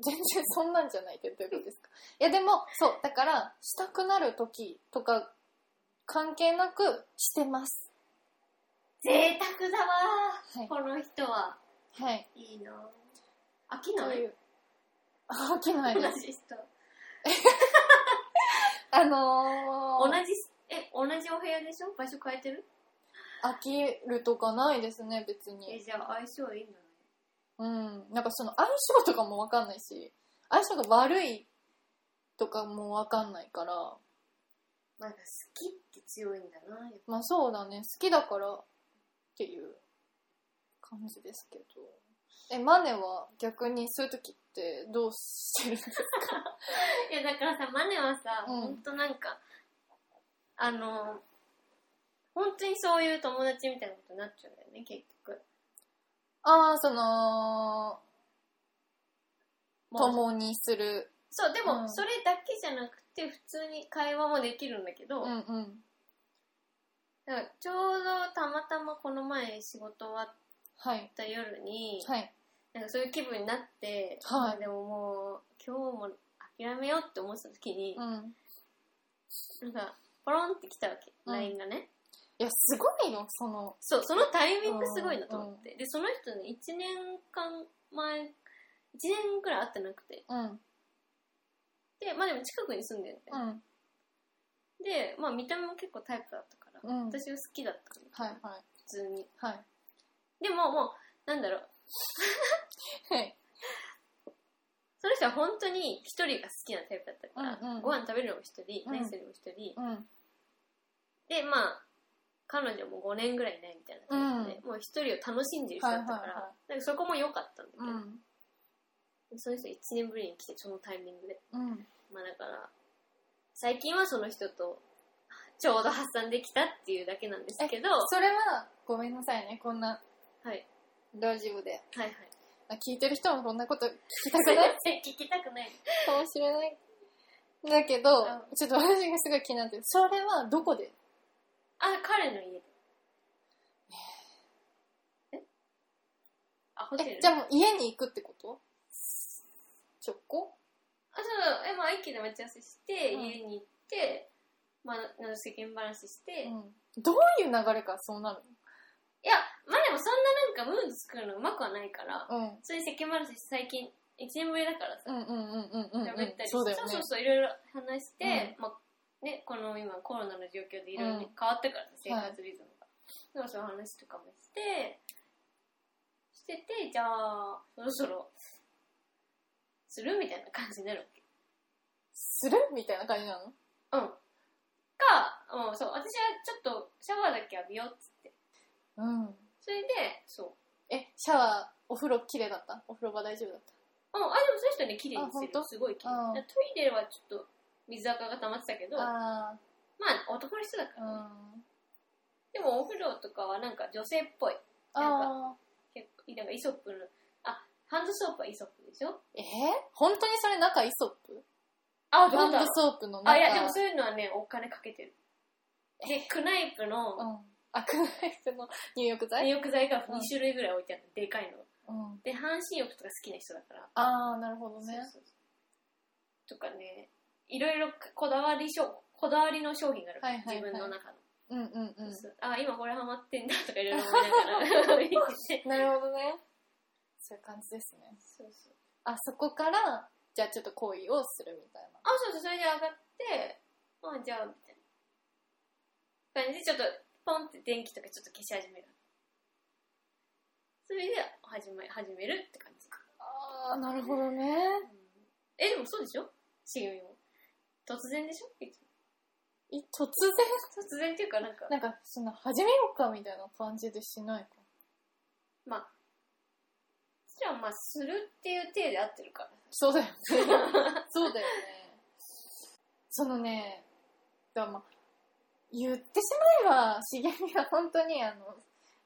Speaker 1: 全然そんなんじゃないけどどういうことですかいやでもそうだからしたくなる時とか関係なくしてます
Speaker 2: 贅沢だわー、
Speaker 1: はい
Speaker 2: この人は
Speaker 1: はい
Speaker 2: いいなぁ飽き
Speaker 1: と
Speaker 2: ない
Speaker 1: いうあ起きない
Speaker 2: 同
Speaker 1: です
Speaker 2: じ人。
Speaker 1: あの
Speaker 2: 同
Speaker 1: ー、
Speaker 2: じ、え、同じお部屋でしょ場所変えてる
Speaker 1: 飽きるとかないですね別
Speaker 2: え、
Speaker 1: に
Speaker 2: じゃあ相性いいんじ
Speaker 1: うんなんかその相性とかも分かんないし相性が悪いとかも分かんないから
Speaker 2: ゃないなんか好きって強いんだなぁ。
Speaker 1: まあそうだね好きだからっていう感じですけどえマネは逆にそういう時ってどうしてるんですか
Speaker 2: いや、だからさ、マネはさ、
Speaker 1: うん
Speaker 2: ほんとなんか、あの、本当にそういう友達みたいなことになっちゃうんだよね、結局。
Speaker 1: [laughs] ああその
Speaker 2: もう
Speaker 1: 共にする
Speaker 2: そう、でも、
Speaker 1: うん
Speaker 2: それだけじゃなくて、普通に会話もできるんだけど、
Speaker 1: うんうん
Speaker 2: だからちょうどたまたまこの前仕事終わっ
Speaker 1: はい
Speaker 2: た夜に、
Speaker 1: はい
Speaker 2: なんかそういう気分になって、
Speaker 1: はい
Speaker 2: でももう今日も諦めようって思ってた時に、
Speaker 1: うん
Speaker 2: なんかポロンって来たわけ、
Speaker 1: うん
Speaker 2: LINE がね
Speaker 1: いやすごいよその
Speaker 2: そうそのタイミングすごいなと思って、でその人ね1年間前1年くらい会ってなくて
Speaker 1: うん
Speaker 2: でまあでも近くに住んでるんだ
Speaker 1: う
Speaker 2: よ、
Speaker 1: ん
Speaker 2: でまあ見た目も結構タイプだったから、
Speaker 1: うん
Speaker 2: 私は好きだったの
Speaker 1: はいはい
Speaker 2: 普通に
Speaker 1: はい
Speaker 2: でももうなんだろう
Speaker 1: はい
Speaker 2: その人は本当に一人が好きなタイプだったから、
Speaker 1: うんうん
Speaker 2: ご飯食べるのも一人、
Speaker 1: うん
Speaker 2: 何するのも一人、
Speaker 1: うん
Speaker 2: でまあ彼女も5年ぐらいいないみたいな感じで、もう一人を楽しんでる人だったから、
Speaker 1: はいはいは
Speaker 2: なんかそこも良かったんだけ
Speaker 1: うん
Speaker 2: ど、その人1年ぶりに来てそのタイミングで
Speaker 1: うん
Speaker 2: まあだから最近はその人とちょうど発散できたっていうだけなんですけど、は、
Speaker 1: それはごめんなさいねこんない
Speaker 2: はい
Speaker 1: ラジオで
Speaker 2: はい
Speaker 1: あ聞いてる人もこんなこと聞きたく
Speaker 2: すい
Speaker 1: な
Speaker 2: ま
Speaker 1: い
Speaker 2: せん [laughs] 聞きたくない
Speaker 1: かもしれないだけど、
Speaker 2: うん
Speaker 1: ちょっと私がすごい気になってるそれはどこで
Speaker 2: あ彼の家でえあホテル
Speaker 1: えじゃあもう家に行くってこと直行
Speaker 2: そうえまあ一気で待ち合わせして、
Speaker 1: うん
Speaker 2: 家に行ってまあなの世間話して、い
Speaker 1: うんどういう流れからそうなる
Speaker 2: やまあでもそんななんかムード作るのうまくはないから
Speaker 1: の、
Speaker 2: 普通に世間話して最近1年ぶりだからさ
Speaker 1: うん、うんうんうんうんうん
Speaker 2: 喋ったりして、
Speaker 1: そうだよね
Speaker 2: そうそういろいろ話して、まあね、この今コロナの状況でいろいろ
Speaker 1: うん
Speaker 2: 変わったから、生
Speaker 1: はい
Speaker 2: 活リズムが。だからそういう話とかもして、してて、じゃあ、そろそろ、するみたいな感じになるわけ。
Speaker 1: するみたいな感じなの
Speaker 2: うん。か、うん、そう、私はちょっとシャワーだけ浴びようっつって。
Speaker 1: うん
Speaker 2: それで、そう。
Speaker 1: えシャワーお風呂綺麗だったお風呂場大丈夫だっ
Speaker 2: うん、あ、でもそういう人ね、綺麗
Speaker 1: あ
Speaker 2: にす
Speaker 1: ほん
Speaker 2: る。
Speaker 1: と
Speaker 2: すごい綺
Speaker 1: うん
Speaker 2: 麗。でトイレはちょっと、水垢が溜まってたけど、
Speaker 1: た
Speaker 2: まあ、
Speaker 1: あ
Speaker 2: 男の人だか
Speaker 1: あう
Speaker 2: らね、
Speaker 1: ん
Speaker 2: でもお風呂とかはなんか女性っぽい。
Speaker 1: あ
Speaker 2: 結構、なんかイソップの、あ、ハンドソープはイソップでしょ
Speaker 1: ーえー、本当にそれ中イソップハ
Speaker 2: あ
Speaker 1: ンド
Speaker 2: ハンドソープ
Speaker 1: ソープの中
Speaker 2: あ、いや、でもそういうのはね、お金かけてる。で、クナイプ
Speaker 1: う
Speaker 2: の
Speaker 1: んあくないその入浴
Speaker 2: 入
Speaker 1: 剤、
Speaker 2: 浴剤が
Speaker 1: うん
Speaker 2: 2種類ぐらい置いてあるの、でかいの。
Speaker 1: うん、
Speaker 2: で、半身浴とか好きな人だから。
Speaker 1: ああなるほどね
Speaker 2: そうそうそうとかね、いろいろこだわり商、こだわりの商品がある、
Speaker 1: はいはいはい
Speaker 2: 自分の中の。
Speaker 1: うんうんうん
Speaker 2: そうあ、今これハマってんだとかいろいろ思いながら見て
Speaker 1: [laughs]
Speaker 2: て。
Speaker 1: なるほどねそういう感じですね
Speaker 2: そうそう
Speaker 1: あそこからじゃあちょっと行為をするみたいな
Speaker 2: あ、そうそう、それで上がって、あ、じゃあ、みたいな感じで、ちょっと、ポンって電気とかちょっと消し始める。それで、始め、始めるって感じ。
Speaker 1: ああなるほどね
Speaker 2: え、でもそうでしょしげみも。突然でしょ
Speaker 1: い突然
Speaker 2: 突然っていうか、なんか、
Speaker 1: なんかその始めようかみたいな感じでしないか
Speaker 2: まあ、それはまあ、するっていう体で合ってるから。
Speaker 1: そうだ [laughs] よねそうだよねそのねだからまあ言ってしまえば茂みは本当にあの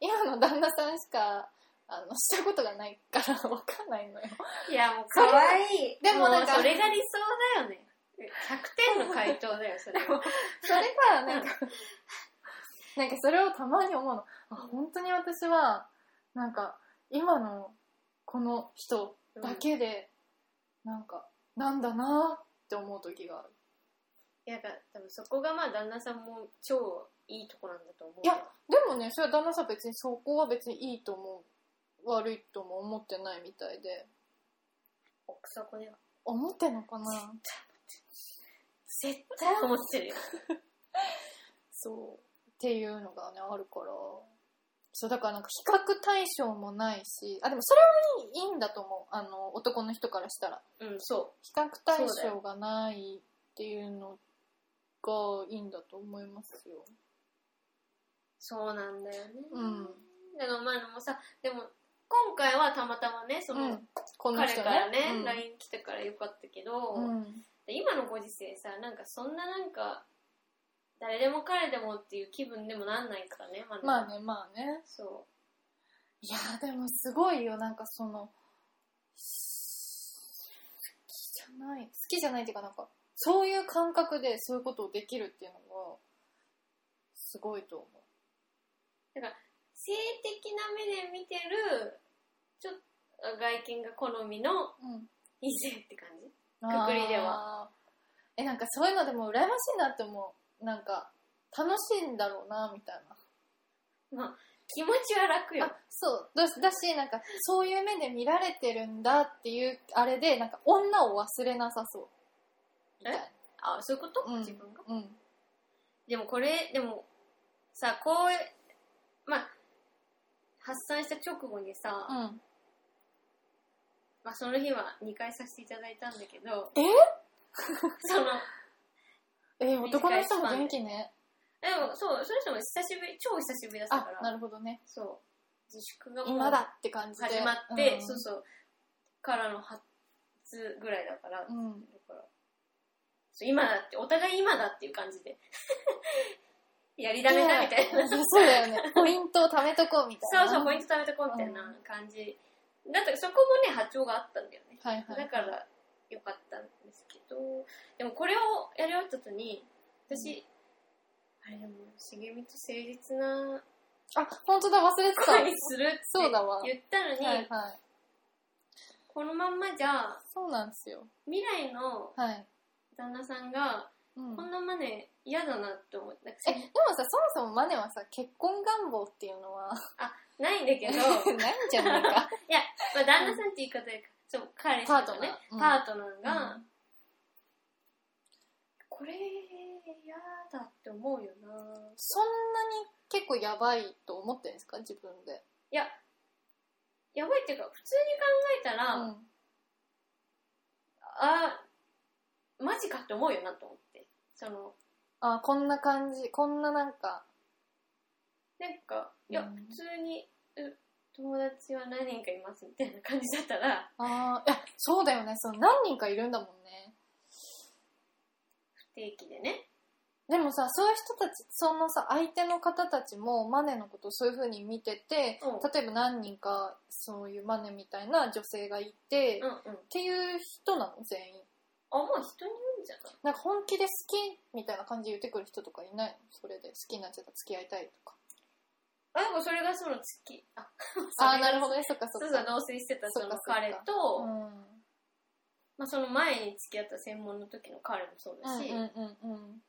Speaker 1: 今の旦那さんしかあのしたことがないからわかんないのよ
Speaker 2: いや、もう
Speaker 1: 可愛
Speaker 2: い
Speaker 1: でもなんか
Speaker 2: それが理想だよね。100点の回答だよ、それは。
Speaker 1: それがなんかなんかそれをたまに思うのあ本当に私はなんか今のこの人だけでなんかなんだなって思う時がある
Speaker 2: いや、だから多分そこがまあ旦那さんも超いいとこなんだと思う。
Speaker 1: いやでもねそれは旦那さん別にそこは別にいいとも悪いとも思ってないみたいで
Speaker 2: 奥底では。
Speaker 1: 思ってんのかな
Speaker 2: 絶対思ってるよ。
Speaker 1: そうっていうのがねあるからそうだからなんか比較対象もないしあでもそれはいいいいんだと思うあの男の人からしたら
Speaker 2: うん、そ
Speaker 1: 比較対象がないっていうのがいいんだと思いますよ
Speaker 2: う。そうなんだよね。
Speaker 1: うん。
Speaker 2: あの、まあ、もさ、でも、今回はたまたまね、その、
Speaker 1: うんこの
Speaker 2: 彼
Speaker 1: 人
Speaker 2: からね、
Speaker 1: うん
Speaker 2: LINE 来たからよかったけど、
Speaker 1: うん
Speaker 2: で今のご時世さ、なんかそんななんか、誰でも彼でもっていう気分でもなんないからね、まだ
Speaker 1: まあ。ねまあね
Speaker 2: そ
Speaker 1: いやーでもすごいよなんかその好きじゃない好きじゃないっていうかなんかそういう感覚でそういうことをできるっていうのがすごいと思
Speaker 2: う。性的な目で見てる、ちょっと外見が好みの
Speaker 1: う、うん、
Speaker 2: 異性って感じ。
Speaker 1: く
Speaker 2: くくりで
Speaker 1: はえなんかそういうのでも羨ましいなって思うなんか楽しいんだろうなみたいな
Speaker 2: まあ、気持ちは楽よ
Speaker 1: あ。そうだしだしなんかそういう目で見られてるんだっていうあれでなんか女を忘れなさそうみたいな
Speaker 2: あ、そういうこと、
Speaker 1: うん
Speaker 2: 自分が。
Speaker 1: うん
Speaker 2: でもこれ、でも、さ、こう、まあ、発散した直後にさ、
Speaker 1: うん
Speaker 2: まあその日は2回させていただいたんだけ
Speaker 1: [laughs]
Speaker 2: ど、
Speaker 1: え
Speaker 2: その、
Speaker 1: えー男の人も元気ね
Speaker 2: でもそう、その人も久しぶり、超久しぶりだった
Speaker 1: あ
Speaker 2: か
Speaker 1: な
Speaker 2: ら、
Speaker 1: るほどね
Speaker 2: そう、自粛がもう
Speaker 1: 今だって感じで
Speaker 2: 始まって、
Speaker 1: うん
Speaker 2: そうそう、からの初ぐらいだから、だ
Speaker 1: うん
Speaker 2: から、そう今だって、お互い今だっていう感じで、 [laughs] やりだめだみたいな。
Speaker 1: やそうだよねポイントを貯めとこうみた
Speaker 2: そ
Speaker 1: いうな
Speaker 2: そう、ポイン
Speaker 1: ン
Speaker 2: ト貯めとこうみたいな感じ。だってそこもね、波長があったんだよね。
Speaker 1: トはいはい
Speaker 2: だから、よかったんですけど、でもこれをやり終わった後に、私、あれでも、茂みと誠実な
Speaker 1: あ本当だ忘れてた
Speaker 2: 声にするって
Speaker 1: そうだわ
Speaker 2: 言ったのに、
Speaker 1: はいはい
Speaker 2: このまんまじゃ
Speaker 1: そうなんですよ
Speaker 2: 未来の
Speaker 1: はい、
Speaker 2: 旦那さんが
Speaker 1: うん
Speaker 2: こんなマネ嫌だなって思ってなんか
Speaker 1: えでもさそもそもマネはさ結婚願望っていうのは
Speaker 2: ないん
Speaker 1: [laughs]
Speaker 2: だけど
Speaker 1: ないんじゃない
Speaker 2: [laughs]
Speaker 1: か
Speaker 2: いや、まあ、旦那さんって言い方でそう彼氏とかね
Speaker 1: パートナーうん
Speaker 2: パートナーが、
Speaker 1: うん
Speaker 2: これ嫌だって思うよな
Speaker 1: そんなに結構やばいと思ってるんですか自分で
Speaker 2: いややばいっていうか普通に考えたら、
Speaker 1: うん
Speaker 2: あマジかって思うよなと思ってその
Speaker 1: あこんな感じこんななんか
Speaker 2: なんかいや、
Speaker 1: うん
Speaker 2: 普通にう友達は何人かいますみたいな感じだったら
Speaker 1: あーいやそうだよねその何人かいるんだもんね
Speaker 2: 不定期でね
Speaker 1: でもさそういう人たちそのさ相手の方たちもマネのことをそういうふうに見てて、
Speaker 2: う
Speaker 1: 例えば何人かそういうマネみたいな女性がいて、
Speaker 2: うん
Speaker 1: っ
Speaker 2: うんあ
Speaker 1: ていう人なの全員
Speaker 2: もう人によるんじゃ
Speaker 1: な
Speaker 2: ない
Speaker 1: んか本気で好きみたいな感じで言ってくる人とかいないのそれで好きになっちゃった付き合いたいとか
Speaker 2: あでもそれがその月あ
Speaker 1: ああーなるほ
Speaker 2: ど
Speaker 1: どねそっかそ
Speaker 2: そ
Speaker 1: っ
Speaker 2: う
Speaker 1: か
Speaker 2: そう同棲してたそ
Speaker 1: そっか
Speaker 2: の
Speaker 1: そっか
Speaker 2: 彼と
Speaker 1: うん
Speaker 2: まあ、その前に付き合った専門の時の彼もそうだし、
Speaker 1: うんうんうんうん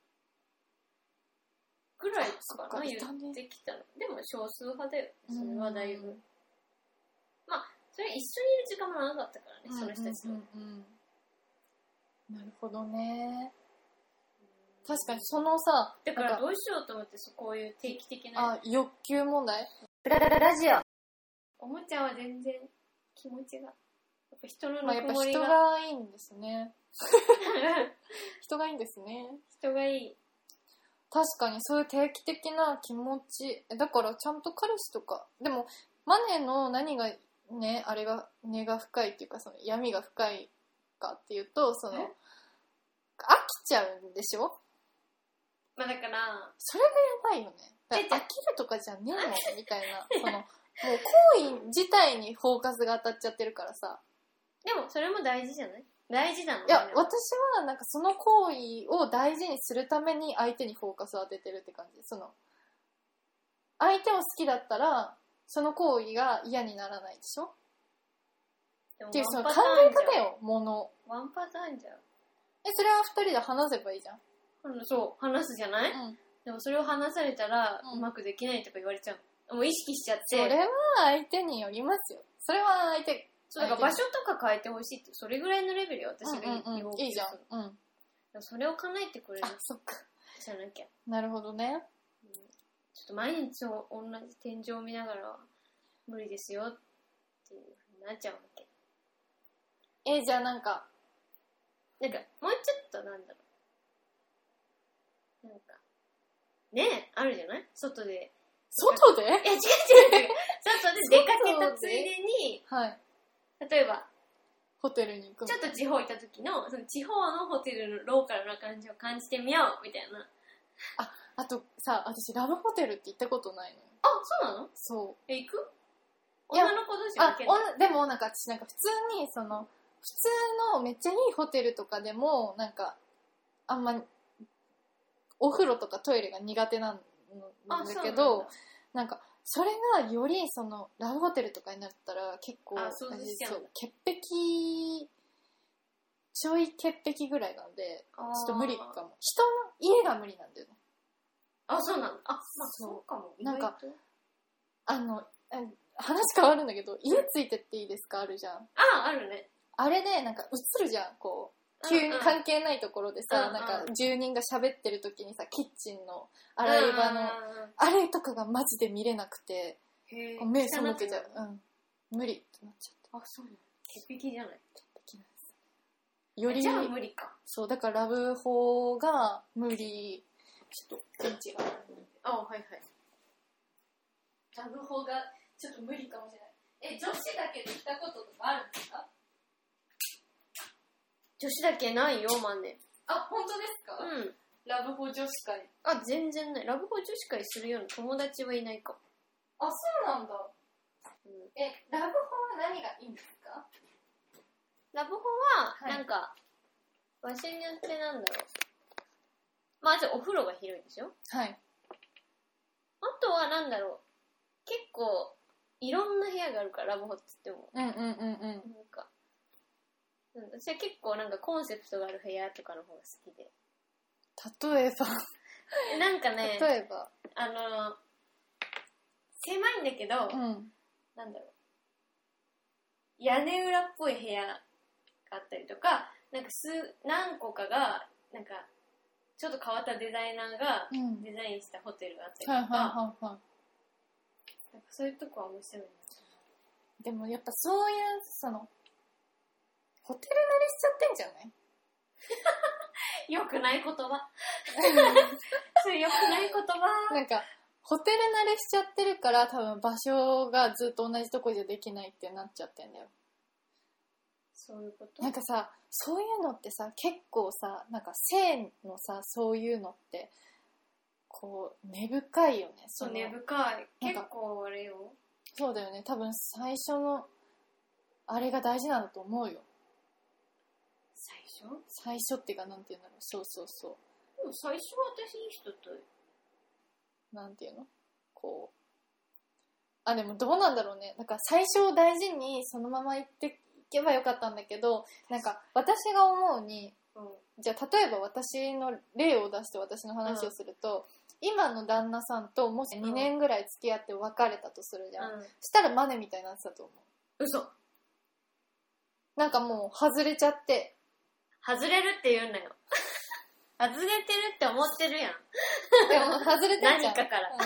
Speaker 2: ぐらいか
Speaker 1: そっ
Speaker 2: な
Speaker 1: か
Speaker 2: 言
Speaker 1: いたね
Speaker 2: ってきたのでも少数派だよね
Speaker 1: うん
Speaker 2: それはだいぶ、まあそれ一緒にいる時間も長かったからね、その人たちと、
Speaker 1: うんうんうんうんなるほどね確かにそのさ
Speaker 2: だか
Speaker 1: な
Speaker 2: ら
Speaker 1: ん
Speaker 2: どうしようと思ってそうこういう定期的な
Speaker 1: あ欲求問題
Speaker 2: おもちゃは全然気持ちがやっぱ人の
Speaker 1: まあ
Speaker 2: ぬ
Speaker 1: やっ
Speaker 2: く
Speaker 1: ぱ
Speaker 2: もり
Speaker 1: 人
Speaker 2: が,、
Speaker 1: がいいんですね人がいいんですね
Speaker 2: [laughs] 人がいい
Speaker 1: 確かにそういう定期的な気持ちえだからちゃんと彼氏とかでもマネの何がねあれが根が深いっていうかその闇が深いかっていうとその飽
Speaker 2: え
Speaker 1: きちゃうんでしょ
Speaker 2: まあだから
Speaker 1: それがやばいよねだ
Speaker 2: え
Speaker 1: か
Speaker 2: じゃ
Speaker 1: ら飽きるとかじゃねえのみたい
Speaker 2: [laughs]
Speaker 1: なそのもう行為自体にフォーカスが当たっちゃってるからさ
Speaker 2: でもそれも大事じゃない大事なの
Speaker 1: いや
Speaker 2: でも
Speaker 1: 私はなんかその行為を大事にするために相手にフォーカスを当ててるって感じその相手を好きだったらその行為が嫌にならないでしょっ
Speaker 2: でも
Speaker 1: ていうその
Speaker 2: ワ
Speaker 1: 考
Speaker 2: ンパター
Speaker 1: え
Speaker 2: ンじゃん
Speaker 1: 方よもの
Speaker 2: ワンパターンじゃん
Speaker 1: えそれは二人で話せばいいじゃん、
Speaker 2: うんそう話すじゃない、
Speaker 1: うん、
Speaker 2: でもそれを話されたら
Speaker 1: うん
Speaker 2: うまくできないとか言われちゃうもう意識しちゃって
Speaker 1: それは相手によりますよそれは相手
Speaker 2: そうだから場所とか変えてほしいってそれぐらいのレベルよ私が
Speaker 1: うんうん
Speaker 2: 要
Speaker 1: う
Speaker 2: 求
Speaker 1: んいいじゃん
Speaker 2: する、
Speaker 1: うん、
Speaker 2: でもそれを叶えてくれる
Speaker 1: あそっか
Speaker 2: じゃなきゃ
Speaker 1: なるほどね
Speaker 2: ちょっと毎日お同じ天井を見ながらは無理ですよっていうふうになっちゃうわけ
Speaker 1: えじゃあなんか
Speaker 2: なんかもうちょっとなんだろうなんかねえあるじゃない外で
Speaker 1: 外で
Speaker 2: え違う違う違う外で出かけたついでに
Speaker 1: はい
Speaker 2: 例えば
Speaker 1: ホテルに行く
Speaker 2: ちょっと地方行った時の、その地方のホテルのローカルな感じを感じてみようみたいな。
Speaker 1: あとさ私ラブホテルって行ったことないのよ
Speaker 2: あ、そうなの
Speaker 1: そう
Speaker 2: え、行く
Speaker 1: いや
Speaker 2: 女の子同士が
Speaker 1: あ
Speaker 2: 行ける
Speaker 1: おんでもなんか私なんか普通にその普通のめっちゃいいホテルとかでもなんかあんまお風呂とかトイレが苦手なん
Speaker 2: あ、
Speaker 1: だけ
Speaker 2: そう
Speaker 1: どなんかそれがよりそのラブホテルとかになったら結構
Speaker 2: あ想像しちゃうんだ
Speaker 1: そう潔癖ちょい潔癖ぐらいなので
Speaker 2: なんだ
Speaker 1: ちょっと無理かも人の家が無理なんだよね
Speaker 2: あ、そうなのあ、まあ
Speaker 1: そう
Speaker 2: そうかも。
Speaker 1: なんか
Speaker 2: 意外と
Speaker 1: あのあ話変わるんだけど家ついてっていいですかあるじゃん
Speaker 2: あ、あるね。
Speaker 1: あれでなんか映るじゃんこう急
Speaker 2: うんう
Speaker 1: に
Speaker 2: ん
Speaker 1: 関係ないところでさ、
Speaker 2: うんうん
Speaker 1: なんか住人が喋ってる時にさキッチンの洗い場の、
Speaker 2: うんうんうん
Speaker 1: あれとかがマジで見れなくて
Speaker 2: へ
Speaker 1: こ
Speaker 2: ー
Speaker 1: う目背けちゃ
Speaker 2: 汚くなる
Speaker 1: う、うん、無理ってなっちゃ
Speaker 2: あ、そうなの潔癖じゃない。
Speaker 1: ってきますより
Speaker 2: じゃあ無理か。
Speaker 1: そうだからラブ法が無理ちょっと現地が
Speaker 2: あ、はいはい。ラブホがちょっと無理かもしれない。え、女子だけで行ったこととかあるんですか女子だけないよ、マネ。
Speaker 1: あ本当ですか
Speaker 2: うん。
Speaker 1: ラブ法女子会
Speaker 2: あ、全然ない。ラブホ女子会するような友達はいないかも。
Speaker 1: あそうなんだ
Speaker 2: うん、
Speaker 1: えラブ法は何がいいんですか
Speaker 2: ラブホ
Speaker 1: は
Speaker 2: は、
Speaker 1: い
Speaker 2: なんか、場所によってなんだろう。まあ、じゃあお風呂が広いでしょ
Speaker 1: はい
Speaker 2: あとはなんだろう。結構、いろんな部屋があるから、ラブホって言っても。
Speaker 1: うんうんうんうん
Speaker 2: なんか、うん、私は結構なんかコンセプトがある部屋とかの方が好きで。
Speaker 1: 例えば、
Speaker 2: えなんかね、
Speaker 1: 例えば、
Speaker 2: あの、狭いんだけど、
Speaker 1: うん。
Speaker 2: なんだろう。屋根裏っぽい部屋があったりとか、なんか数、何個かが、なんか、ちょっと変わったデザイナーが
Speaker 1: うん。
Speaker 2: デザインしたホテルがあったりと
Speaker 1: はいはい
Speaker 2: か、
Speaker 1: はいはい。
Speaker 2: なんかそういうとこは面白いな。
Speaker 1: でもやっぱそういうそのホテル慣れしちゃってんじゃない
Speaker 2: よくない言葉。そういうよくない言葉。
Speaker 1: なんかホテル慣れしちゃってるから多分場所がずっと同じとこじゃできないってなっちゃってんだよ
Speaker 2: そういうこと
Speaker 1: なんかさそういうのってさ結構さなんか性のさそういうのってこう根深いよねそ
Speaker 2: そう
Speaker 1: の
Speaker 2: 根深い。
Speaker 1: なんか
Speaker 2: 結構あれよ。
Speaker 1: そうだよね多分最初のあれが大事なんだと思うよ
Speaker 2: 最初
Speaker 1: 最初っていうかなんて言うんだろうそうそうそう
Speaker 2: でも最初は私いい人と
Speaker 1: なんていうのこうあでもどうなんだろうねなんか最初を大事にそのまま行っていけばよかったんだけどなんか私が思うに
Speaker 2: う
Speaker 1: じゃあ例えば私の例を出して私の話をすると、今の旦那さんともし
Speaker 2: うん
Speaker 1: 2年ぐらい付き合って別れたとするじゃん、
Speaker 2: ん。うん。
Speaker 1: したらマネみたいになってたと思
Speaker 2: 嘘。
Speaker 1: うなんかもう外れちゃ
Speaker 2: [laughs]
Speaker 1: って
Speaker 2: 外れるって言うんだよ。 [laughs] 外れてるって思って [laughs] るやん。
Speaker 1: でも外れてるじゃ
Speaker 2: 何
Speaker 1: ん
Speaker 2: かから。
Speaker 1: うん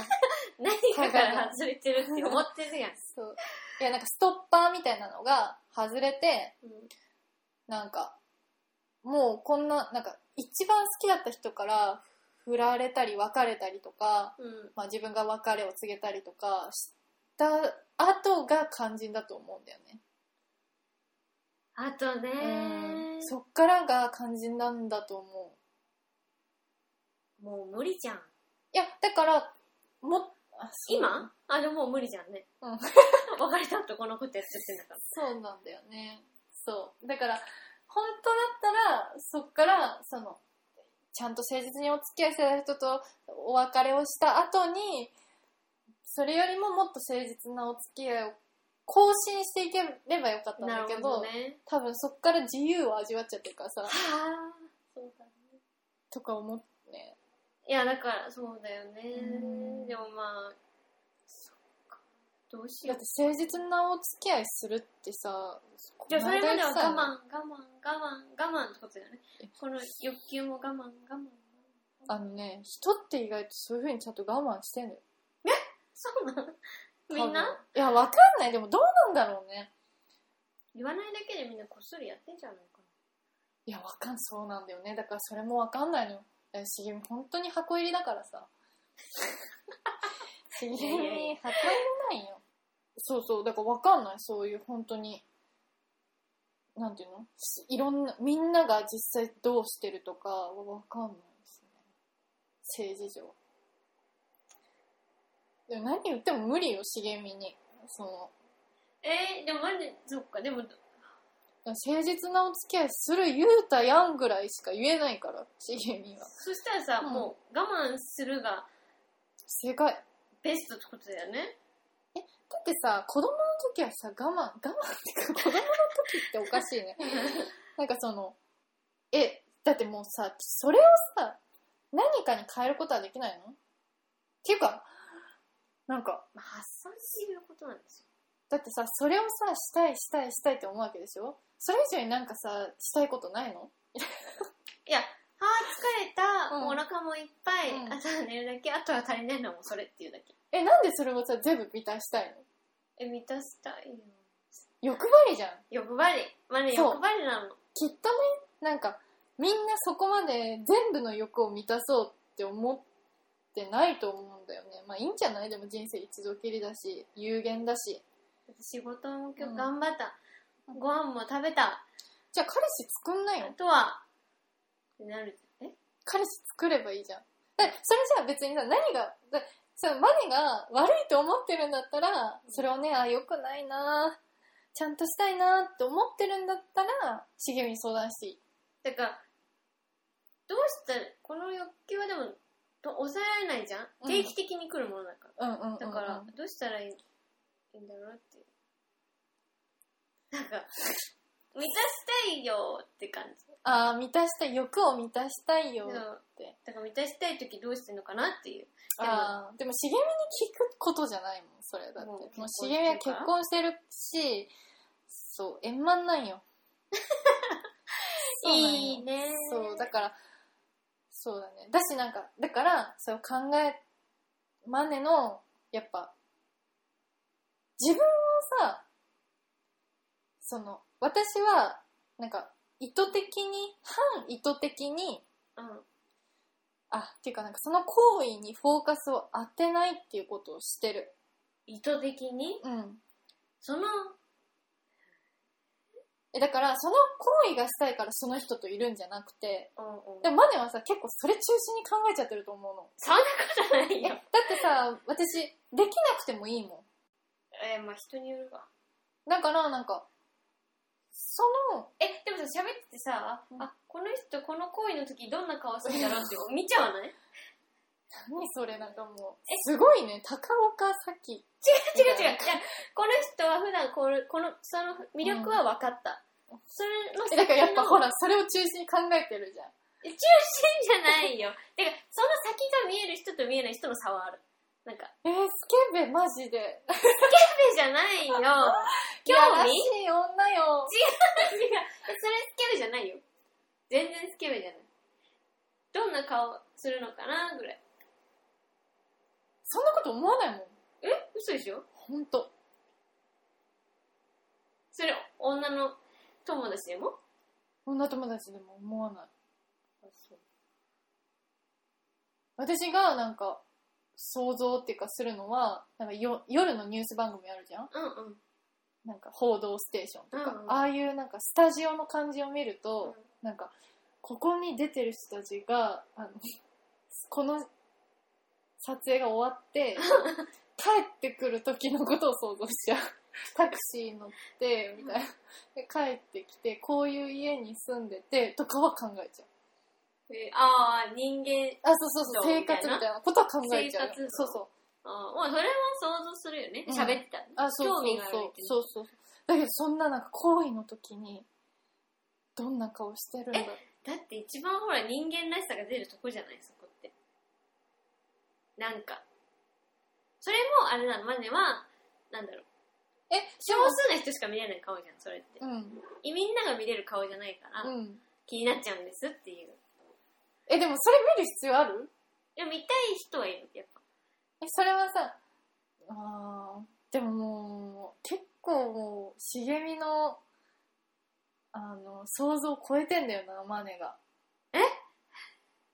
Speaker 2: 何かから外れてるって思ってるやん。
Speaker 1: そういやなんかストッパーみたいなのが外れて
Speaker 2: うん
Speaker 1: なんか、もうこんな、なんか、一番好きだった人から振られたり別れたりとか、
Speaker 2: うん。
Speaker 1: まあ自分が別れを告げたりとかした後が肝心だと思うんだよね。
Speaker 2: あとね
Speaker 1: うんそっからが肝心なんだと思う。
Speaker 2: もう無理じゃん。
Speaker 1: いや、だから、も、あそう
Speaker 2: 今あ、でももう無理じゃんね。
Speaker 1: うん
Speaker 2: [laughs] 別れた男のことやっちゃってんだから。
Speaker 1: そうなんだよね。そう。だから、本当だったら、そっから、その、ちゃんと誠実にお付き合いしてた人とお別れをした後に、それよりももっと誠実なお付き合いを更新していければよかったんだけど、
Speaker 2: ね。
Speaker 1: 多分そっから自由を味わっちゃってるからさ
Speaker 2: は、あ。そうだね。
Speaker 1: とか思ってね。
Speaker 2: いや、だから、そうだよね
Speaker 1: うん。
Speaker 2: でもまあ、そっか。どうし
Speaker 1: だ
Speaker 2: よ
Speaker 1: っ
Speaker 2: う
Speaker 1: て。誠実なお付き合いするってさ、
Speaker 2: じゃあそれまでは我慢、
Speaker 1: この間
Speaker 2: 我慢、我慢、我慢ってことだよね
Speaker 1: え。
Speaker 2: この欲求も我慢、我慢。
Speaker 1: あのね、人って意外とそういう風にちゃんと我慢してんだよ。
Speaker 2: そうなの
Speaker 1: 多
Speaker 2: み
Speaker 1: 分
Speaker 2: んない
Speaker 1: や、わかんない。でもどうなんだろうね。
Speaker 2: 言わないだけでみんなこっそりやってんじゃないか
Speaker 1: いや、わかん、そうなんだよね。だからそれもわかんないのよ。えしげみ、本当に箱入りだから
Speaker 2: [laughs]
Speaker 1: さ。しげみ、箱入
Speaker 2: いやいやい
Speaker 1: りないよ。そうそう、だからわかんない。そういう、本当に。なんていうのしいろんな、みんなが実際どうしてるとかはわかんないですね。政治上。でも何言っても無理よ、しげみに。その、
Speaker 2: な。えー、でもマジで、そっか、でも、
Speaker 1: 誠実なお付き合いする言うたやんぐらいしか言えないから、しげみは。
Speaker 2: そしたらさ、
Speaker 1: うん
Speaker 2: もう我慢するが
Speaker 1: 正解。だ
Speaker 2: ベストってことだよね。
Speaker 1: ってさ、子供の時はさ、我慢、我慢っていうか、子供の時っておかしいね。なんかその、え、だってもうさ、それをさ、何かに変えることはできないのっていうか、なんか、
Speaker 2: まあ、発散することなんですよ。
Speaker 1: だってさ、それをさ、したい、したい、したいって思うわけでしょそれ以上になんかさ、したいことないの
Speaker 2: いや、あー疲れた、
Speaker 1: うん
Speaker 2: もうお腹もいっぱい、
Speaker 1: うん
Speaker 2: あとは寝るだけ、あとは足りないのはもうそれっていうだけ。
Speaker 1: え、なんでそれをさ、全部満たしたいの
Speaker 2: え、満たしたいよ。
Speaker 1: 欲張りじゃん。
Speaker 2: 欲張り。まあね、
Speaker 1: そう
Speaker 2: 欲張りなの。
Speaker 1: きっとねなんかみんなそこまで全部の欲を満たそうって思ってないと思うんだよねまあいいんじゃないでも人生一度きりだし有限だし
Speaker 2: 仕事も今
Speaker 1: うん
Speaker 2: 日頑張った、ご飯も食べた、
Speaker 1: じゃあ彼氏作んな
Speaker 2: あ
Speaker 1: よ
Speaker 2: とはってなるじゃんえ
Speaker 1: 彼氏作ればいいじゃんだそれじゃあ別にさ何がだそのマネが悪いと思ってるんだったらそれをねあ良くないなちゃんとしたいなって思ってるんだったら茂みに相談していい
Speaker 2: だからどうしたらこの欲求はでもと抑えられないじゃん
Speaker 1: うん
Speaker 2: 定期的に来るものだか
Speaker 1: うんうんうんうん
Speaker 2: ら、だからどうしたらいいいいんだろうっていうなんか満たしたいよって感じ。
Speaker 1: ああ、満たしたい、欲を満たしたいよっ
Speaker 2: そうだ
Speaker 1: て。
Speaker 2: から満たしたい時どうしてんのかなっていう。でも
Speaker 1: ああ、でも、茂みに聞くことじゃないもん、それだって。
Speaker 2: もう結
Speaker 1: もう
Speaker 2: 婚して
Speaker 1: 茂み
Speaker 2: る
Speaker 1: は
Speaker 2: から
Speaker 1: 結婚してるし、そう、円満なんよ。そうなんよ
Speaker 2: [laughs] いいね。
Speaker 1: そう、だから、そうだね。だし、なんか、だから、それを考え、マネの、やっぱ、自分をさ、その、私は、なんか、意図的に、反意図的に、
Speaker 2: うん。うん。
Speaker 1: あ、っていうかなんかその行為にフォーカスを当てないっていうことをしてる。
Speaker 2: 意図的に、
Speaker 1: うん。
Speaker 2: その、
Speaker 1: え、だから、その行為がしたいからその人といるんじゃなくて、
Speaker 2: うんうん。
Speaker 1: でもマネはさ、結構それ中心に考えちゃってると思うの。
Speaker 2: そんなこと [laughs] ない
Speaker 1: えだっ
Speaker 2: よ。
Speaker 1: てさ私できなくてもいいも
Speaker 2: えー、まあ人によるわ。
Speaker 1: んだからなんかその
Speaker 2: え、でもさ、喋っててさ、
Speaker 1: うん
Speaker 2: あ、この人この行為の時どんな顔するだろうって [laughs] 見ちゃわない違う
Speaker 1: 何それなんかもう
Speaker 2: え
Speaker 1: すごいね高岡咲
Speaker 2: 違う違う。じゃあこの人は普段この、この、その魅力は分かった。それの
Speaker 1: えだからやっぱほ
Speaker 2: ら。
Speaker 1: らそれを中心に考えてるじゃん
Speaker 2: 中心じゃないよ。てか、その先が見える人と見えない人の差はある。なんか、
Speaker 1: えー、スケベマジで
Speaker 2: スケベじゃない [laughs] よ。興
Speaker 1: やら
Speaker 2: 味
Speaker 1: しい女よ
Speaker 2: 違う。えそれスケベじゃないよ。全然スケベじゃない。どんな顔するのかなぐらい。
Speaker 1: そんなこと思わないもん
Speaker 2: え嘘でしょ
Speaker 1: ほんと
Speaker 2: それ、女の友達でも
Speaker 1: 女友達でも思わない私がなんか想像っていうかするのはなんかよ夜のニュース番組あるじゃん
Speaker 2: うんうん。
Speaker 1: なんか報道ステーションとか、
Speaker 2: うんうん
Speaker 1: ああいうなんかスタジオの感じを見ると、なんかここに出てる人たちがあの [laughs] この撮影が終わって [laughs] 帰ってくる時のことを想像しちゃう [laughs] タクシー乗ってみたいなで帰ってきてこういう家に住んでてとかは考えちゃう
Speaker 2: えああ、人間、
Speaker 1: あそうそうそう
Speaker 2: そう
Speaker 1: 生活みたいなことは考えちゃう
Speaker 2: 生活
Speaker 1: そうそう
Speaker 2: あーまあ、それは想像するよね。
Speaker 1: うん
Speaker 2: 喋ってたら。
Speaker 1: あそうそう
Speaker 2: 興味があるってね
Speaker 1: そうそうそうだけどそんななんか行為の時にどんな顔してるんだろう
Speaker 2: だって一番ほら人間らしさが出るとこじゃないそこってなんかそれもあれなのマネはなんだろう
Speaker 1: え
Speaker 2: 少
Speaker 1: でも
Speaker 2: 数な人しか見れない顔じゃんそれって
Speaker 1: うん
Speaker 2: みんなが見れる顔じゃないから、
Speaker 1: うん
Speaker 2: 気になっちゃうんですっていう
Speaker 1: えでもそれ見る必要ある
Speaker 2: でも見たい人はいるやっぱ
Speaker 1: えそれはさあーでももう結構もう茂みのあの想像を超えてんだよなマネが
Speaker 2: え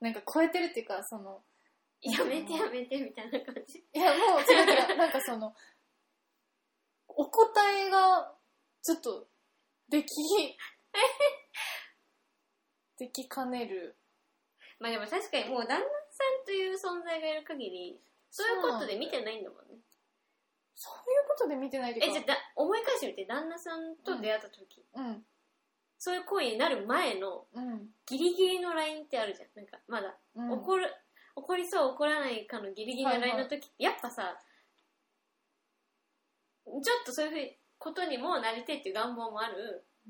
Speaker 1: なんか超えてるっていうかその
Speaker 2: やめてやめてみたいな感じ
Speaker 1: いやもう違う
Speaker 2: [laughs]
Speaker 1: 違うなんかそのお答えがちょっとできできかねる
Speaker 2: まあでも確かにもう旦那さんという存在がいる限りそういうことで見てないんだもんね
Speaker 1: そういうことで見てないという
Speaker 2: え
Speaker 1: か
Speaker 2: じゃあだ思い返してみて旦那さんと出会った時、
Speaker 1: うん
Speaker 2: そういう行為になる前の
Speaker 1: うん
Speaker 2: ギリギリのラインってあるじゃんなんかまだ、
Speaker 1: うん
Speaker 2: 怒る怒りそう怒らないかのギリギリのラインの時、やっぱさちょっとそういうふうにことにもなりてえっていう願望もある好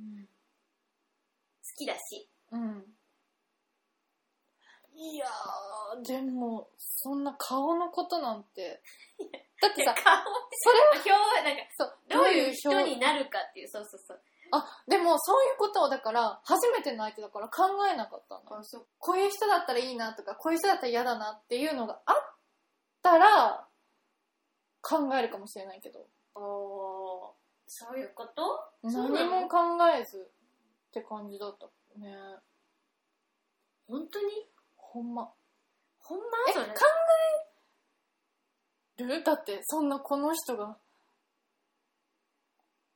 Speaker 2: きだし
Speaker 1: うんいやーでもそんな顔のことなん
Speaker 2: [laughs]
Speaker 1: てだってさ
Speaker 2: 顔
Speaker 1: それ
Speaker 2: 表なんか
Speaker 1: そう
Speaker 2: どういう
Speaker 1: ど
Speaker 2: 人
Speaker 1: 表
Speaker 2: になるかっていうそうそうそう
Speaker 1: あでもそういうことをだから初めての相手だから考えなかったの
Speaker 2: あそう
Speaker 1: こういう人だったらいいなとかこういう人だったら嫌だなっていうのがあったら考えるかもしれないけど
Speaker 2: おーそういうことそうな
Speaker 1: 何
Speaker 2: の
Speaker 1: も考えずって感じだったね
Speaker 2: 本当に
Speaker 1: ほんま
Speaker 2: ほんま
Speaker 1: え
Speaker 2: そ
Speaker 1: 考
Speaker 2: れ
Speaker 1: えるだってそんなこの人が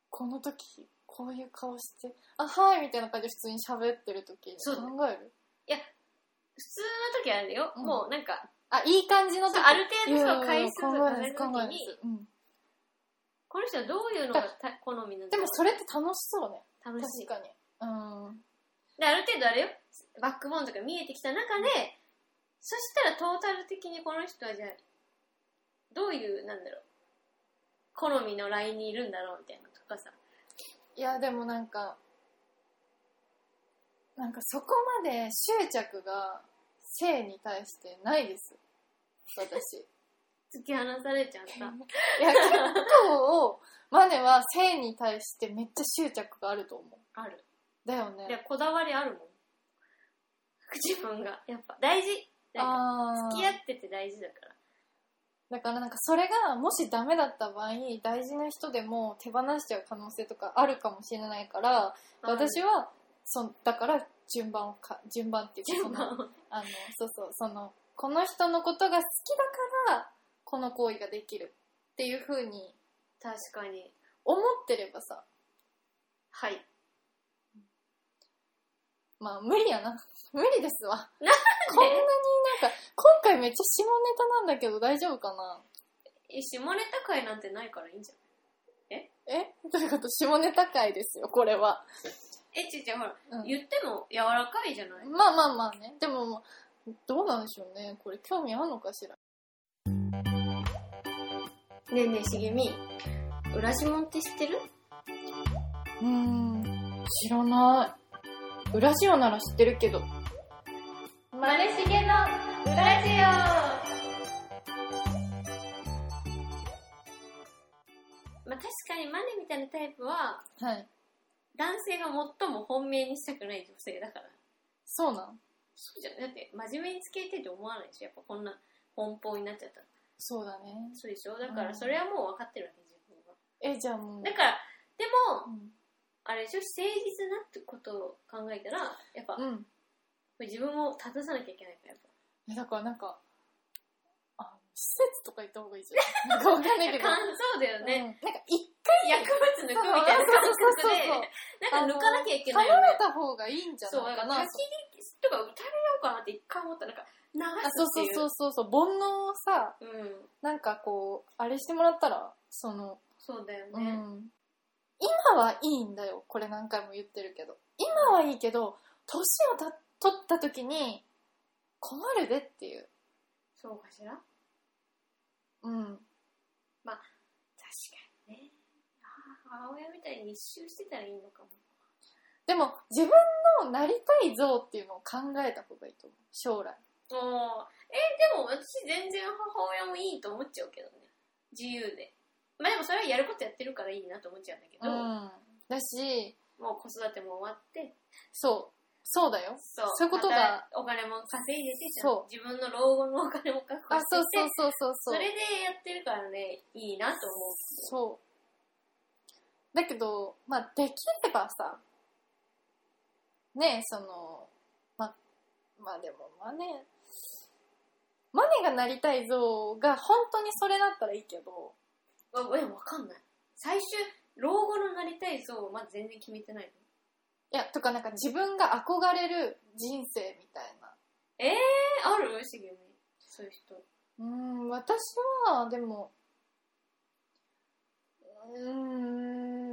Speaker 1: この時こういう顔してあはいみたいな感じで普通に喋ってる時に
Speaker 2: そうだね
Speaker 1: 考える
Speaker 2: 普通の時あるよ、
Speaker 1: うん
Speaker 2: もうなんか
Speaker 1: あいい感じの時
Speaker 2: ある程度
Speaker 1: いやい
Speaker 2: そ
Speaker 1: や考
Speaker 2: う回数が
Speaker 1: えない
Speaker 2: 重
Speaker 1: です考え
Speaker 2: ね
Speaker 1: な
Speaker 2: る
Speaker 1: いで
Speaker 2: 時に
Speaker 1: すうん
Speaker 2: この人はどういうのがた好みなんだ
Speaker 1: で
Speaker 2: ろ
Speaker 1: も
Speaker 2: う
Speaker 1: それって楽しそうね
Speaker 2: 楽しい
Speaker 1: 確かにうん
Speaker 2: で、ある程度あれよ、バックボーンとか見えてきた中で、そしたらトータル的にこの人はじゃあ、どういう、なんだろう、好みのラインにいるんだろうみたいなとかさ。
Speaker 1: いやでもなんかなんかそこまで執着が性に対してないです私
Speaker 2: 突き放されちゃった。
Speaker 1: いや結構マネは性に対してめっちゃ執着があると思う
Speaker 2: ある。
Speaker 1: だよね
Speaker 2: いや、こだわりあるもん。 [laughs] 自分が。やっぱ、大事。なん
Speaker 1: あ
Speaker 2: か
Speaker 1: ー
Speaker 2: 付き合ってて大事だから。
Speaker 1: だからなんかそれがもしダメだった場合大事な人でも手放しちゃう可能性とかあるかもしれないから私はそんだから順番をか順番って
Speaker 2: [laughs]
Speaker 1: いうかその
Speaker 2: は、
Speaker 1: あのそうそうそのこの人のことが好きだからこの行為ができるっていう風に
Speaker 2: 確かに。
Speaker 1: 思ってればさ
Speaker 2: はい。
Speaker 1: まあ無理やな無理ですわ
Speaker 2: こ
Speaker 1: こんなになんか今回めっちゃ下ネタなんだけど大丈夫かな
Speaker 2: 下ネタ会なんてないからいいんじゃん。
Speaker 1: えということ下ネタ界ですよこれは
Speaker 2: え、ちいちゃんほら、
Speaker 1: うん
Speaker 2: 言っても柔らかいじゃない
Speaker 1: まあまあまあね。でももう、どうなんでしょうね。これ興味あんのかしら。
Speaker 2: ねえねえ、しげみ。裏地もんって知ってる
Speaker 1: うーん。知らない。裏ジオなら知ってるけど。
Speaker 2: まるしげの裏ジオまあ確かにマネみたいなタイプは、
Speaker 1: はい。
Speaker 2: 男性が最も本命にしたくない女性だから。
Speaker 1: そうなん
Speaker 2: そうじゃん。だって、真面目に付き合いたいって思わないでしょ。やっぱこんな奔放になっちゃったら。
Speaker 1: そうだね。
Speaker 2: そうでしょだか
Speaker 1: う
Speaker 2: ら、
Speaker 1: ん
Speaker 2: それはもう分かってるわけ、自分は。
Speaker 1: え、じゃあもう。
Speaker 2: だから、でも、
Speaker 1: うん。
Speaker 2: あれでしょ誠実なってことを考えたら、やっぱ、
Speaker 1: うん
Speaker 2: 自分を正さなきゃいけないから、やっぱ。
Speaker 1: え。だからなんか、あ施設とか行った方がいいじゃん。 [laughs] なんかわかんないけど。
Speaker 2: 感想だよ
Speaker 1: うん、
Speaker 2: ね。
Speaker 1: なんか一
Speaker 2: 薬物抜くみたいな感覚で、なんか抜かなきゃいけ
Speaker 1: 回
Speaker 2: ない
Speaker 1: 頼
Speaker 2: よ
Speaker 1: れ
Speaker 2: ね。
Speaker 1: た方がいいんじゃ
Speaker 2: そう、
Speaker 1: な
Speaker 2: だ
Speaker 1: い
Speaker 2: か、
Speaker 1: からな。
Speaker 2: 焚き火とか歌えようかなって一回思った。なんか、流
Speaker 1: あそう
Speaker 2: す
Speaker 1: そ
Speaker 2: っ
Speaker 1: う
Speaker 2: ていう。
Speaker 1: そうそうそう。煩悩をさ、
Speaker 2: うん。
Speaker 1: なんかこう、あれしてもらったら、その、
Speaker 2: そうだよ
Speaker 1: う
Speaker 2: ね。
Speaker 1: ん、今はいいんだよこれ何回も言ってるけど今はいいけど年をた取った時に困るでっていう、
Speaker 2: そうかしら
Speaker 1: うん、
Speaker 2: 確かにね。ああ、母親みたいに一周してたらいいのかも。
Speaker 1: でも自分のなりたい像っていうのを考えた方がいいと思う将来
Speaker 2: おーえ、でも私全然母親もいいと思っちゃうけどね。自由で。まあでもそれはやることやってるからいいなと思っちゃうんだけど、
Speaker 1: ん、だし
Speaker 2: もう子育ても終わって、
Speaker 1: そうそうだよ
Speaker 2: そう。
Speaker 1: そういうことが
Speaker 2: またお金も稼いでてじゃん
Speaker 1: そう
Speaker 2: 自分の老後のお金も確保
Speaker 1: あ
Speaker 2: してて。
Speaker 1: そうそうそうそう
Speaker 2: そうれでやってるからね、いいなと思う。
Speaker 1: そうだけどまあできればさねえそのままあでもまあねマネがなりたい像が本当にそれだったらいいけど
Speaker 2: わ、え、わかんない。最終、老後のなりたい像をまだ全然決めてないの。
Speaker 1: いやとかなんか自分が憧れる人生みたいな
Speaker 2: え、あるしげみ。そういう人。
Speaker 1: うーん私はでもうー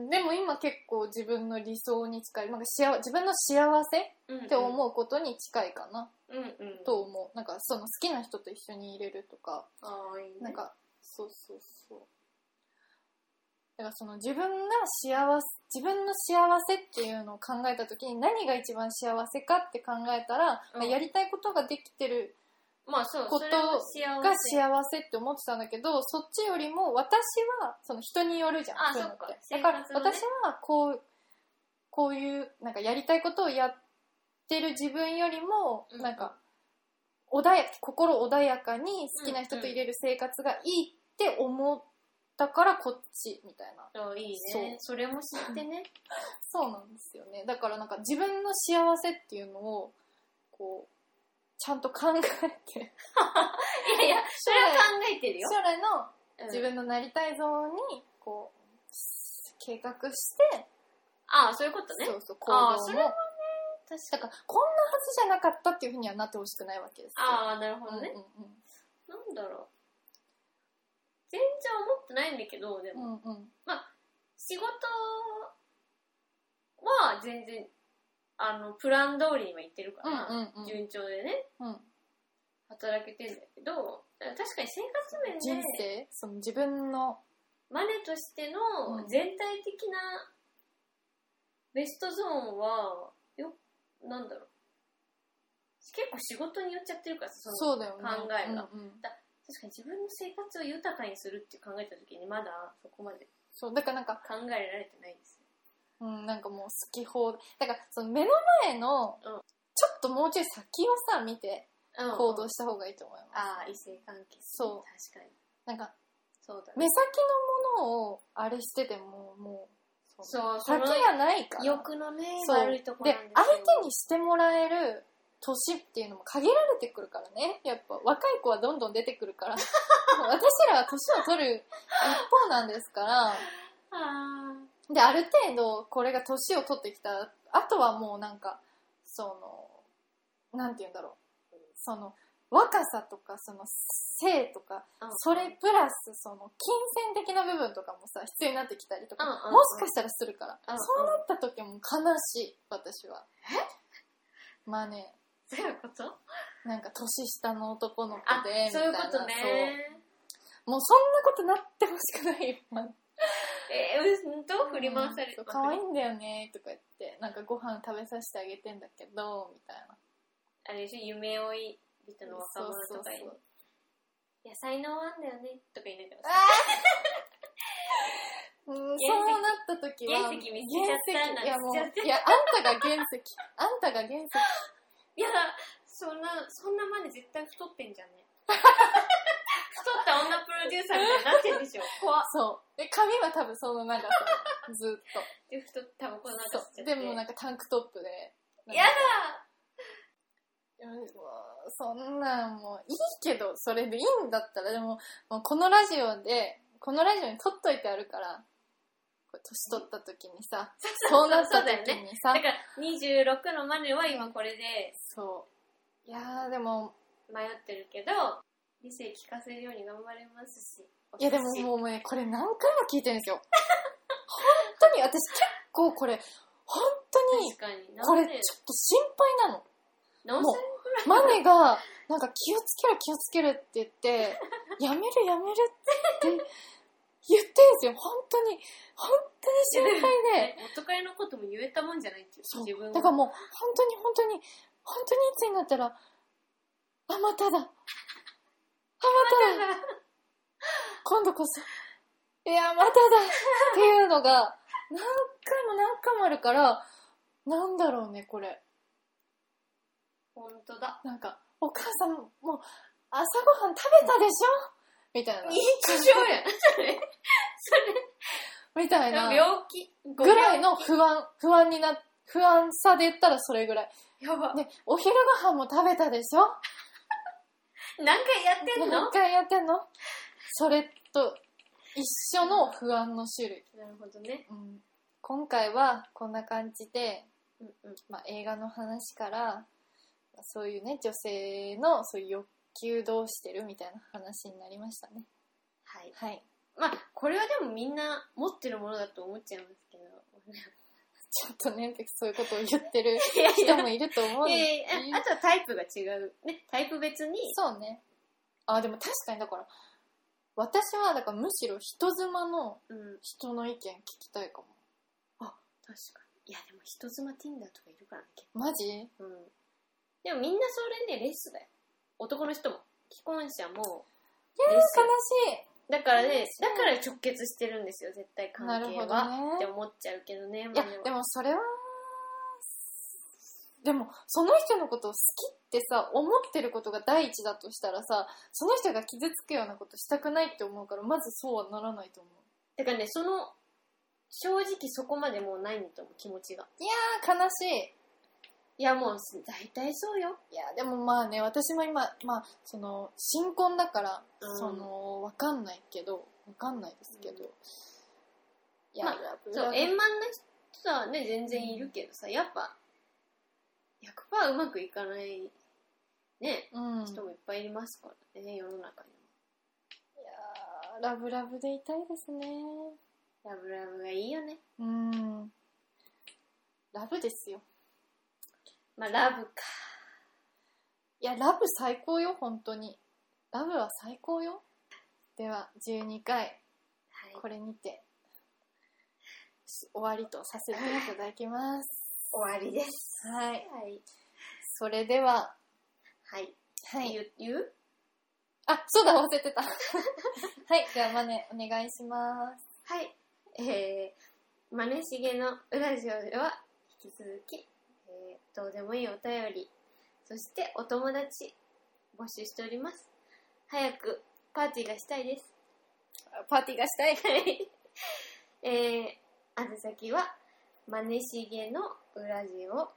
Speaker 1: んでも今結構自分の理想に近いなんか幸自分の幸せっ
Speaker 2: うん、うん。
Speaker 1: て思うことに近いかな、
Speaker 2: う。うんうん。
Speaker 1: と思うなんかその好きな人と一緒にいれるとか
Speaker 2: ああ、いいね。
Speaker 1: なんかそうそうそうだからその自分が幸せ自分の幸せっていうのを考えた時に何が一番幸せかって考えたら、
Speaker 2: う
Speaker 1: ま
Speaker 2: ん
Speaker 1: あやりたいことができてる
Speaker 2: まあそう、
Speaker 1: こと
Speaker 2: それは幸せ。
Speaker 1: が幸せって思ってたんだけどそっちよりも私はその人によるじゃん
Speaker 2: あ
Speaker 1: そういうのって
Speaker 2: そっ
Speaker 1: だ
Speaker 2: か
Speaker 1: から
Speaker 2: 生活のね
Speaker 1: 私はこうこういうなんかやりたいことをやってる自分よりも
Speaker 2: うん
Speaker 1: なんか穏や心穏やかに好きな人と入れる生活がいいって思ったからこっちみたいな
Speaker 2: そういいね。それも知ってね。
Speaker 1: そうなんですよねだからなんか自分の幸せっていうのをこうちゃんと考えて
Speaker 2: いやいや、それは考えてるよ。
Speaker 1: 将来の
Speaker 2: うん
Speaker 1: 自分のなりたい像にこう計画して、
Speaker 2: ああ、そういうことね。
Speaker 1: そうそう行動
Speaker 2: あ
Speaker 1: も
Speaker 2: ーそれはね
Speaker 1: だからこんなはずじゃなかったっていうふうにはなってほしくないわけですよ
Speaker 2: ああ、なるほどね。
Speaker 1: うんうん
Speaker 2: なんだろう。全然思ってないんだけど、で
Speaker 1: う
Speaker 2: も、
Speaker 1: んうんうん
Speaker 2: 仕事は全然、あの、プラン通りにはいってるか
Speaker 1: う
Speaker 2: ら、
Speaker 1: んうん
Speaker 2: 順調でね、
Speaker 1: うん
Speaker 2: 働けてんだけど、確かに生活面で、
Speaker 1: 人生その自分の
Speaker 2: マネとして
Speaker 1: う
Speaker 2: の
Speaker 1: ん
Speaker 2: 全体的なベストゾーンはよなんだろう結構仕事によっちゃってるからさ
Speaker 1: そうだよね
Speaker 2: 考えが
Speaker 1: うんうん
Speaker 2: 確かに自分の生活を豊かにするって考えた時にまだそこまで
Speaker 1: そうだからなんか、
Speaker 2: 考えられてないです
Speaker 1: うん、なんかもう好き放題だからその目の前のち
Speaker 2: う
Speaker 1: ょ
Speaker 2: ん
Speaker 1: っともうちょい先をさ見て
Speaker 2: うん
Speaker 1: 行動した方がいいと思います、
Speaker 2: ああ異性関係
Speaker 1: そう
Speaker 2: 確かに
Speaker 1: なんか
Speaker 2: そうだね
Speaker 1: 目先のものをあれしててももう
Speaker 2: そうそ
Speaker 1: 先
Speaker 2: の
Speaker 1: がないから
Speaker 2: 欲のね
Speaker 1: そう
Speaker 2: 悪いところ
Speaker 1: で
Speaker 2: なんです
Speaker 1: 相手にしてもらえる年っていうのも限られてくるからねやっぱ若い子はどんどん出てくるから [laughs] 私らは年を取る一方なんですから
Speaker 2: ああ
Speaker 1: である程度これが年を取ってきたあとはもうなんかそのなんて言うんだろうその若さとかその性とか
Speaker 2: うん
Speaker 1: それプラスその金銭的な部分とかもさ必要になってきたりとか
Speaker 2: うんうんうん
Speaker 1: もしかしたらするから
Speaker 2: うんうん
Speaker 1: そうなった時も悲しい私はえまあね
Speaker 2: そういうこと
Speaker 1: なんか年下の男の子
Speaker 2: あ
Speaker 1: でみた
Speaker 2: そう
Speaker 1: い
Speaker 2: いう
Speaker 1: な
Speaker 2: ことね
Speaker 1: そうもうそんなことなってほしくないよ
Speaker 2: えー、うんと振り回され
Speaker 1: そう
Speaker 2: る
Speaker 1: 可愛いんだよねとか言ってなんかご飯食べさせてあげてんだけどみたいな
Speaker 2: あれでしょ夢追い人の若者とかに
Speaker 1: そうそう
Speaker 2: 野菜のあんだよねとか言いなが
Speaker 1: あ
Speaker 2: ら
Speaker 1: そううん
Speaker 2: 石
Speaker 1: そうなった時は
Speaker 2: 原石見つけちゃった
Speaker 1: 原石いやも
Speaker 2: なんつっちゃって
Speaker 1: ういやあんたが原石あんたが原石
Speaker 2: いやそんなそんなまで絶対太ってんじゃんね太った女プロデューサーみたいになってんでしょ怖っ
Speaker 1: そうで髪は多分その長さずっ
Speaker 2: で太ってタバコなん
Speaker 1: と
Speaker 2: か吸
Speaker 1: そう
Speaker 2: っちゃって
Speaker 1: でもなんかタンクトップでなんか
Speaker 2: やだ
Speaker 1: うんそんなんもういいけどそれでいいんだったらでももうこのラジオでこのラジオに撮っといてあるからこれ年取った時にさそうなった
Speaker 2: そうだよ
Speaker 1: 時
Speaker 2: ね
Speaker 1: にさ
Speaker 2: だから26のまでは今これで
Speaker 1: そういやーでも
Speaker 2: 迷ってるけど理性聞かせるように頑張れますし
Speaker 1: いやでももうねこれ何回も聞いてるん [laughs] ですよ本当に私結構これ本当に
Speaker 2: 確かに
Speaker 1: これ
Speaker 2: 何
Speaker 1: ちょ
Speaker 2: 千
Speaker 1: っと心配なの
Speaker 2: 何
Speaker 1: も
Speaker 2: 千
Speaker 1: うマネが、なんか気をつけろ気をつけるって言って、やめるやめるって言って言ってんですよ。本当に、本当に心配で。
Speaker 2: ね元カレのことも言えたもんじゃないっていう
Speaker 1: そう
Speaker 2: 自分
Speaker 1: だから
Speaker 2: も
Speaker 1: もう、本当に本当に、本当にいつになったら、あ、まただ。あ、まただ。今度こそ。いや、まただ。っていうのが、何回も何回もあるから、なんだろうね、これ。
Speaker 2: 本当だ
Speaker 1: なんか、お母さんもう朝ごはん食べたでしょみたいな。
Speaker 2: 日常やんそれ
Speaker 1: みたいな。
Speaker 2: 病気
Speaker 1: ぐらいの不安、不安にな、不安さで言ったらそれぐらい。
Speaker 2: やば
Speaker 1: で、お昼ご飯も食べたでしょ
Speaker 2: 何回やってんの
Speaker 1: 何回やってんのそれと一緒の不安の種類。
Speaker 2: なるほどね
Speaker 1: うん、今回はこんな感じで、
Speaker 2: うんうん
Speaker 1: まあ、映画の話から、まあそういうね、女性のそういう欲求どうしてるみたいな話になりましたね。
Speaker 2: はい
Speaker 1: はい。
Speaker 2: まあこれはでもみんな持ってるものだと思っちゃいますけど
Speaker 1: ちょっとね、そういうことを言ってる
Speaker 2: [laughs] いやい
Speaker 1: 人
Speaker 2: や
Speaker 1: もいると思うんで
Speaker 2: えーああとはタイプが違うねタイプ別に
Speaker 1: そうね。あ、でも確かにだから、私はだからむしろ人妻の
Speaker 2: うん
Speaker 1: 人の意見聞きたいかも。
Speaker 2: 確かにいやでも人妻 Tinder とかいるからね結
Speaker 1: マジ
Speaker 2: 構うんでもみんなそれねレスだよ男の人も既婚者も
Speaker 1: えー、
Speaker 2: レ
Speaker 1: 悲
Speaker 2: ス
Speaker 1: し
Speaker 2: だからね
Speaker 1: そ
Speaker 2: だ
Speaker 1: う
Speaker 2: から直結してるんですよ絶対
Speaker 1: い。
Speaker 2: 関
Speaker 1: なる
Speaker 2: 係
Speaker 1: ほ
Speaker 2: は、
Speaker 1: ど
Speaker 2: って
Speaker 1: ね。
Speaker 2: 思っちゃうけどね
Speaker 1: いや
Speaker 2: まあ、
Speaker 1: でもそれは、でもその人のことを好きってさ、思ってることが第一だとしたらさ、その人が傷つくようなことしたくないって思うから、まずそうはならないと思う。
Speaker 2: だからねその正直そこまでもうないんだと思う気持ちが
Speaker 1: あー悲しい。
Speaker 2: いやもう大体そうよ
Speaker 1: いやでもまあね私も今、まあ、その新婚だから、
Speaker 2: うん
Speaker 1: そのわかんないけどわかんないですけど、いや、
Speaker 2: まあ
Speaker 1: いや
Speaker 2: そう円満な人はね全然いるけどさやっぱ100%うまくいかないね
Speaker 1: うん、いや
Speaker 2: 人もいっぱいいますからね世の中に
Speaker 1: ーラブラブでいたいですね
Speaker 2: もラブラブがいいよね
Speaker 1: うんラブですよ
Speaker 2: まあラブか
Speaker 1: いやラブ最高よ本当にラブは最高よでは12回
Speaker 2: はい
Speaker 1: これにてし終わりとさせていただきます
Speaker 2: 終わりです。
Speaker 1: はい。
Speaker 2: はい。
Speaker 1: それでは、
Speaker 2: はい。
Speaker 1: は
Speaker 2: 言
Speaker 1: い。
Speaker 2: う言う
Speaker 1: あ、そうだ、忘れてた。はい。じゃあ、マネ、お願いします。
Speaker 2: はい。えー、まねしげの裏ジオでは、引き続き、えー、どうでもいいお便り、そしてお友達、募集しております。早く、パーティーがしたいです。
Speaker 1: パーティーがしたい。
Speaker 2: はい。えー、あず先は、まねしげの裏地を、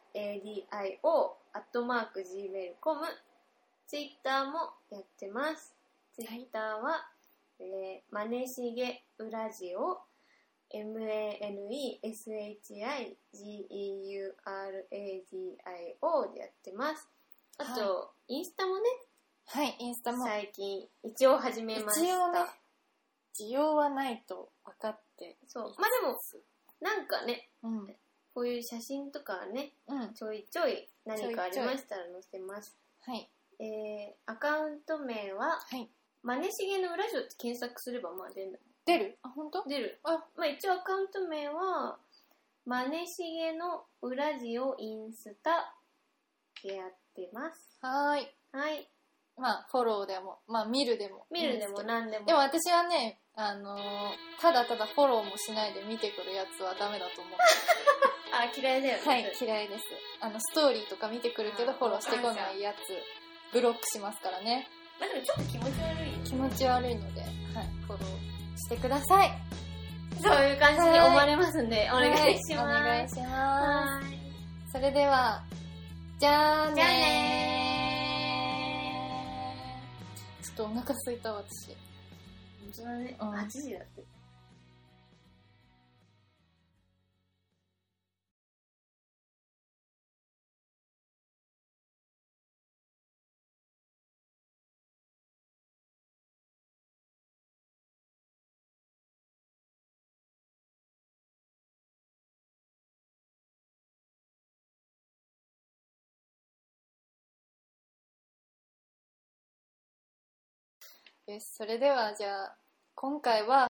Speaker 2: maneshigenouраdio アットマーク gmail.com ツイッターもやってます。ツイッターは、えー、まねしげ裏地を maneshigeuradio でやってます。あと、インスタもね、
Speaker 1: はい、インスタも。
Speaker 2: 最近一応始めました。
Speaker 1: 一応ね需要はないと分かって。
Speaker 2: そう。まあでも、なんかね、
Speaker 1: うん。
Speaker 2: こういう写真とかね、
Speaker 1: うん。
Speaker 2: ちょいちょい何かあり
Speaker 1: ちょいちょい
Speaker 2: ましたら載せます。
Speaker 1: はい。
Speaker 2: えー、アカウント名は、
Speaker 1: はい。
Speaker 2: まねしげの裏ジオって検索すればまあ出る
Speaker 1: 出るあ、本当？
Speaker 2: 出る。
Speaker 1: あ、
Speaker 2: まあ一応アカウント名は、まねしげの裏ジオインスタでやってます。
Speaker 1: はーい。
Speaker 2: はい。
Speaker 1: まあ、フォローでも、まあ、見るでも。
Speaker 2: 見るでも
Speaker 1: いいんすけど
Speaker 2: 何でも。
Speaker 1: でも私はね、あのーただただフォローもしないで見てくるやつはダメだと思う。
Speaker 2: あ、嫌いだよね。
Speaker 1: はい、嫌いです。あの、ストーリーとか見てくるけどフォローしてこないやつ、ブロックしますからね。
Speaker 2: まあでもちょっと気持ち悪い。
Speaker 1: 気持ち悪いので、はい、フォローしてください。
Speaker 2: そういう感じに思われますんで、お願いします。
Speaker 1: はいお願いしま
Speaker 2: はーい
Speaker 1: す。それでは、じゃあねー
Speaker 2: じゃあ
Speaker 1: ちょっとお腹すいた私。
Speaker 2: 本当だね。
Speaker 1: うん
Speaker 2: 8時だって。
Speaker 1: よし、それではじゃあ、今回は、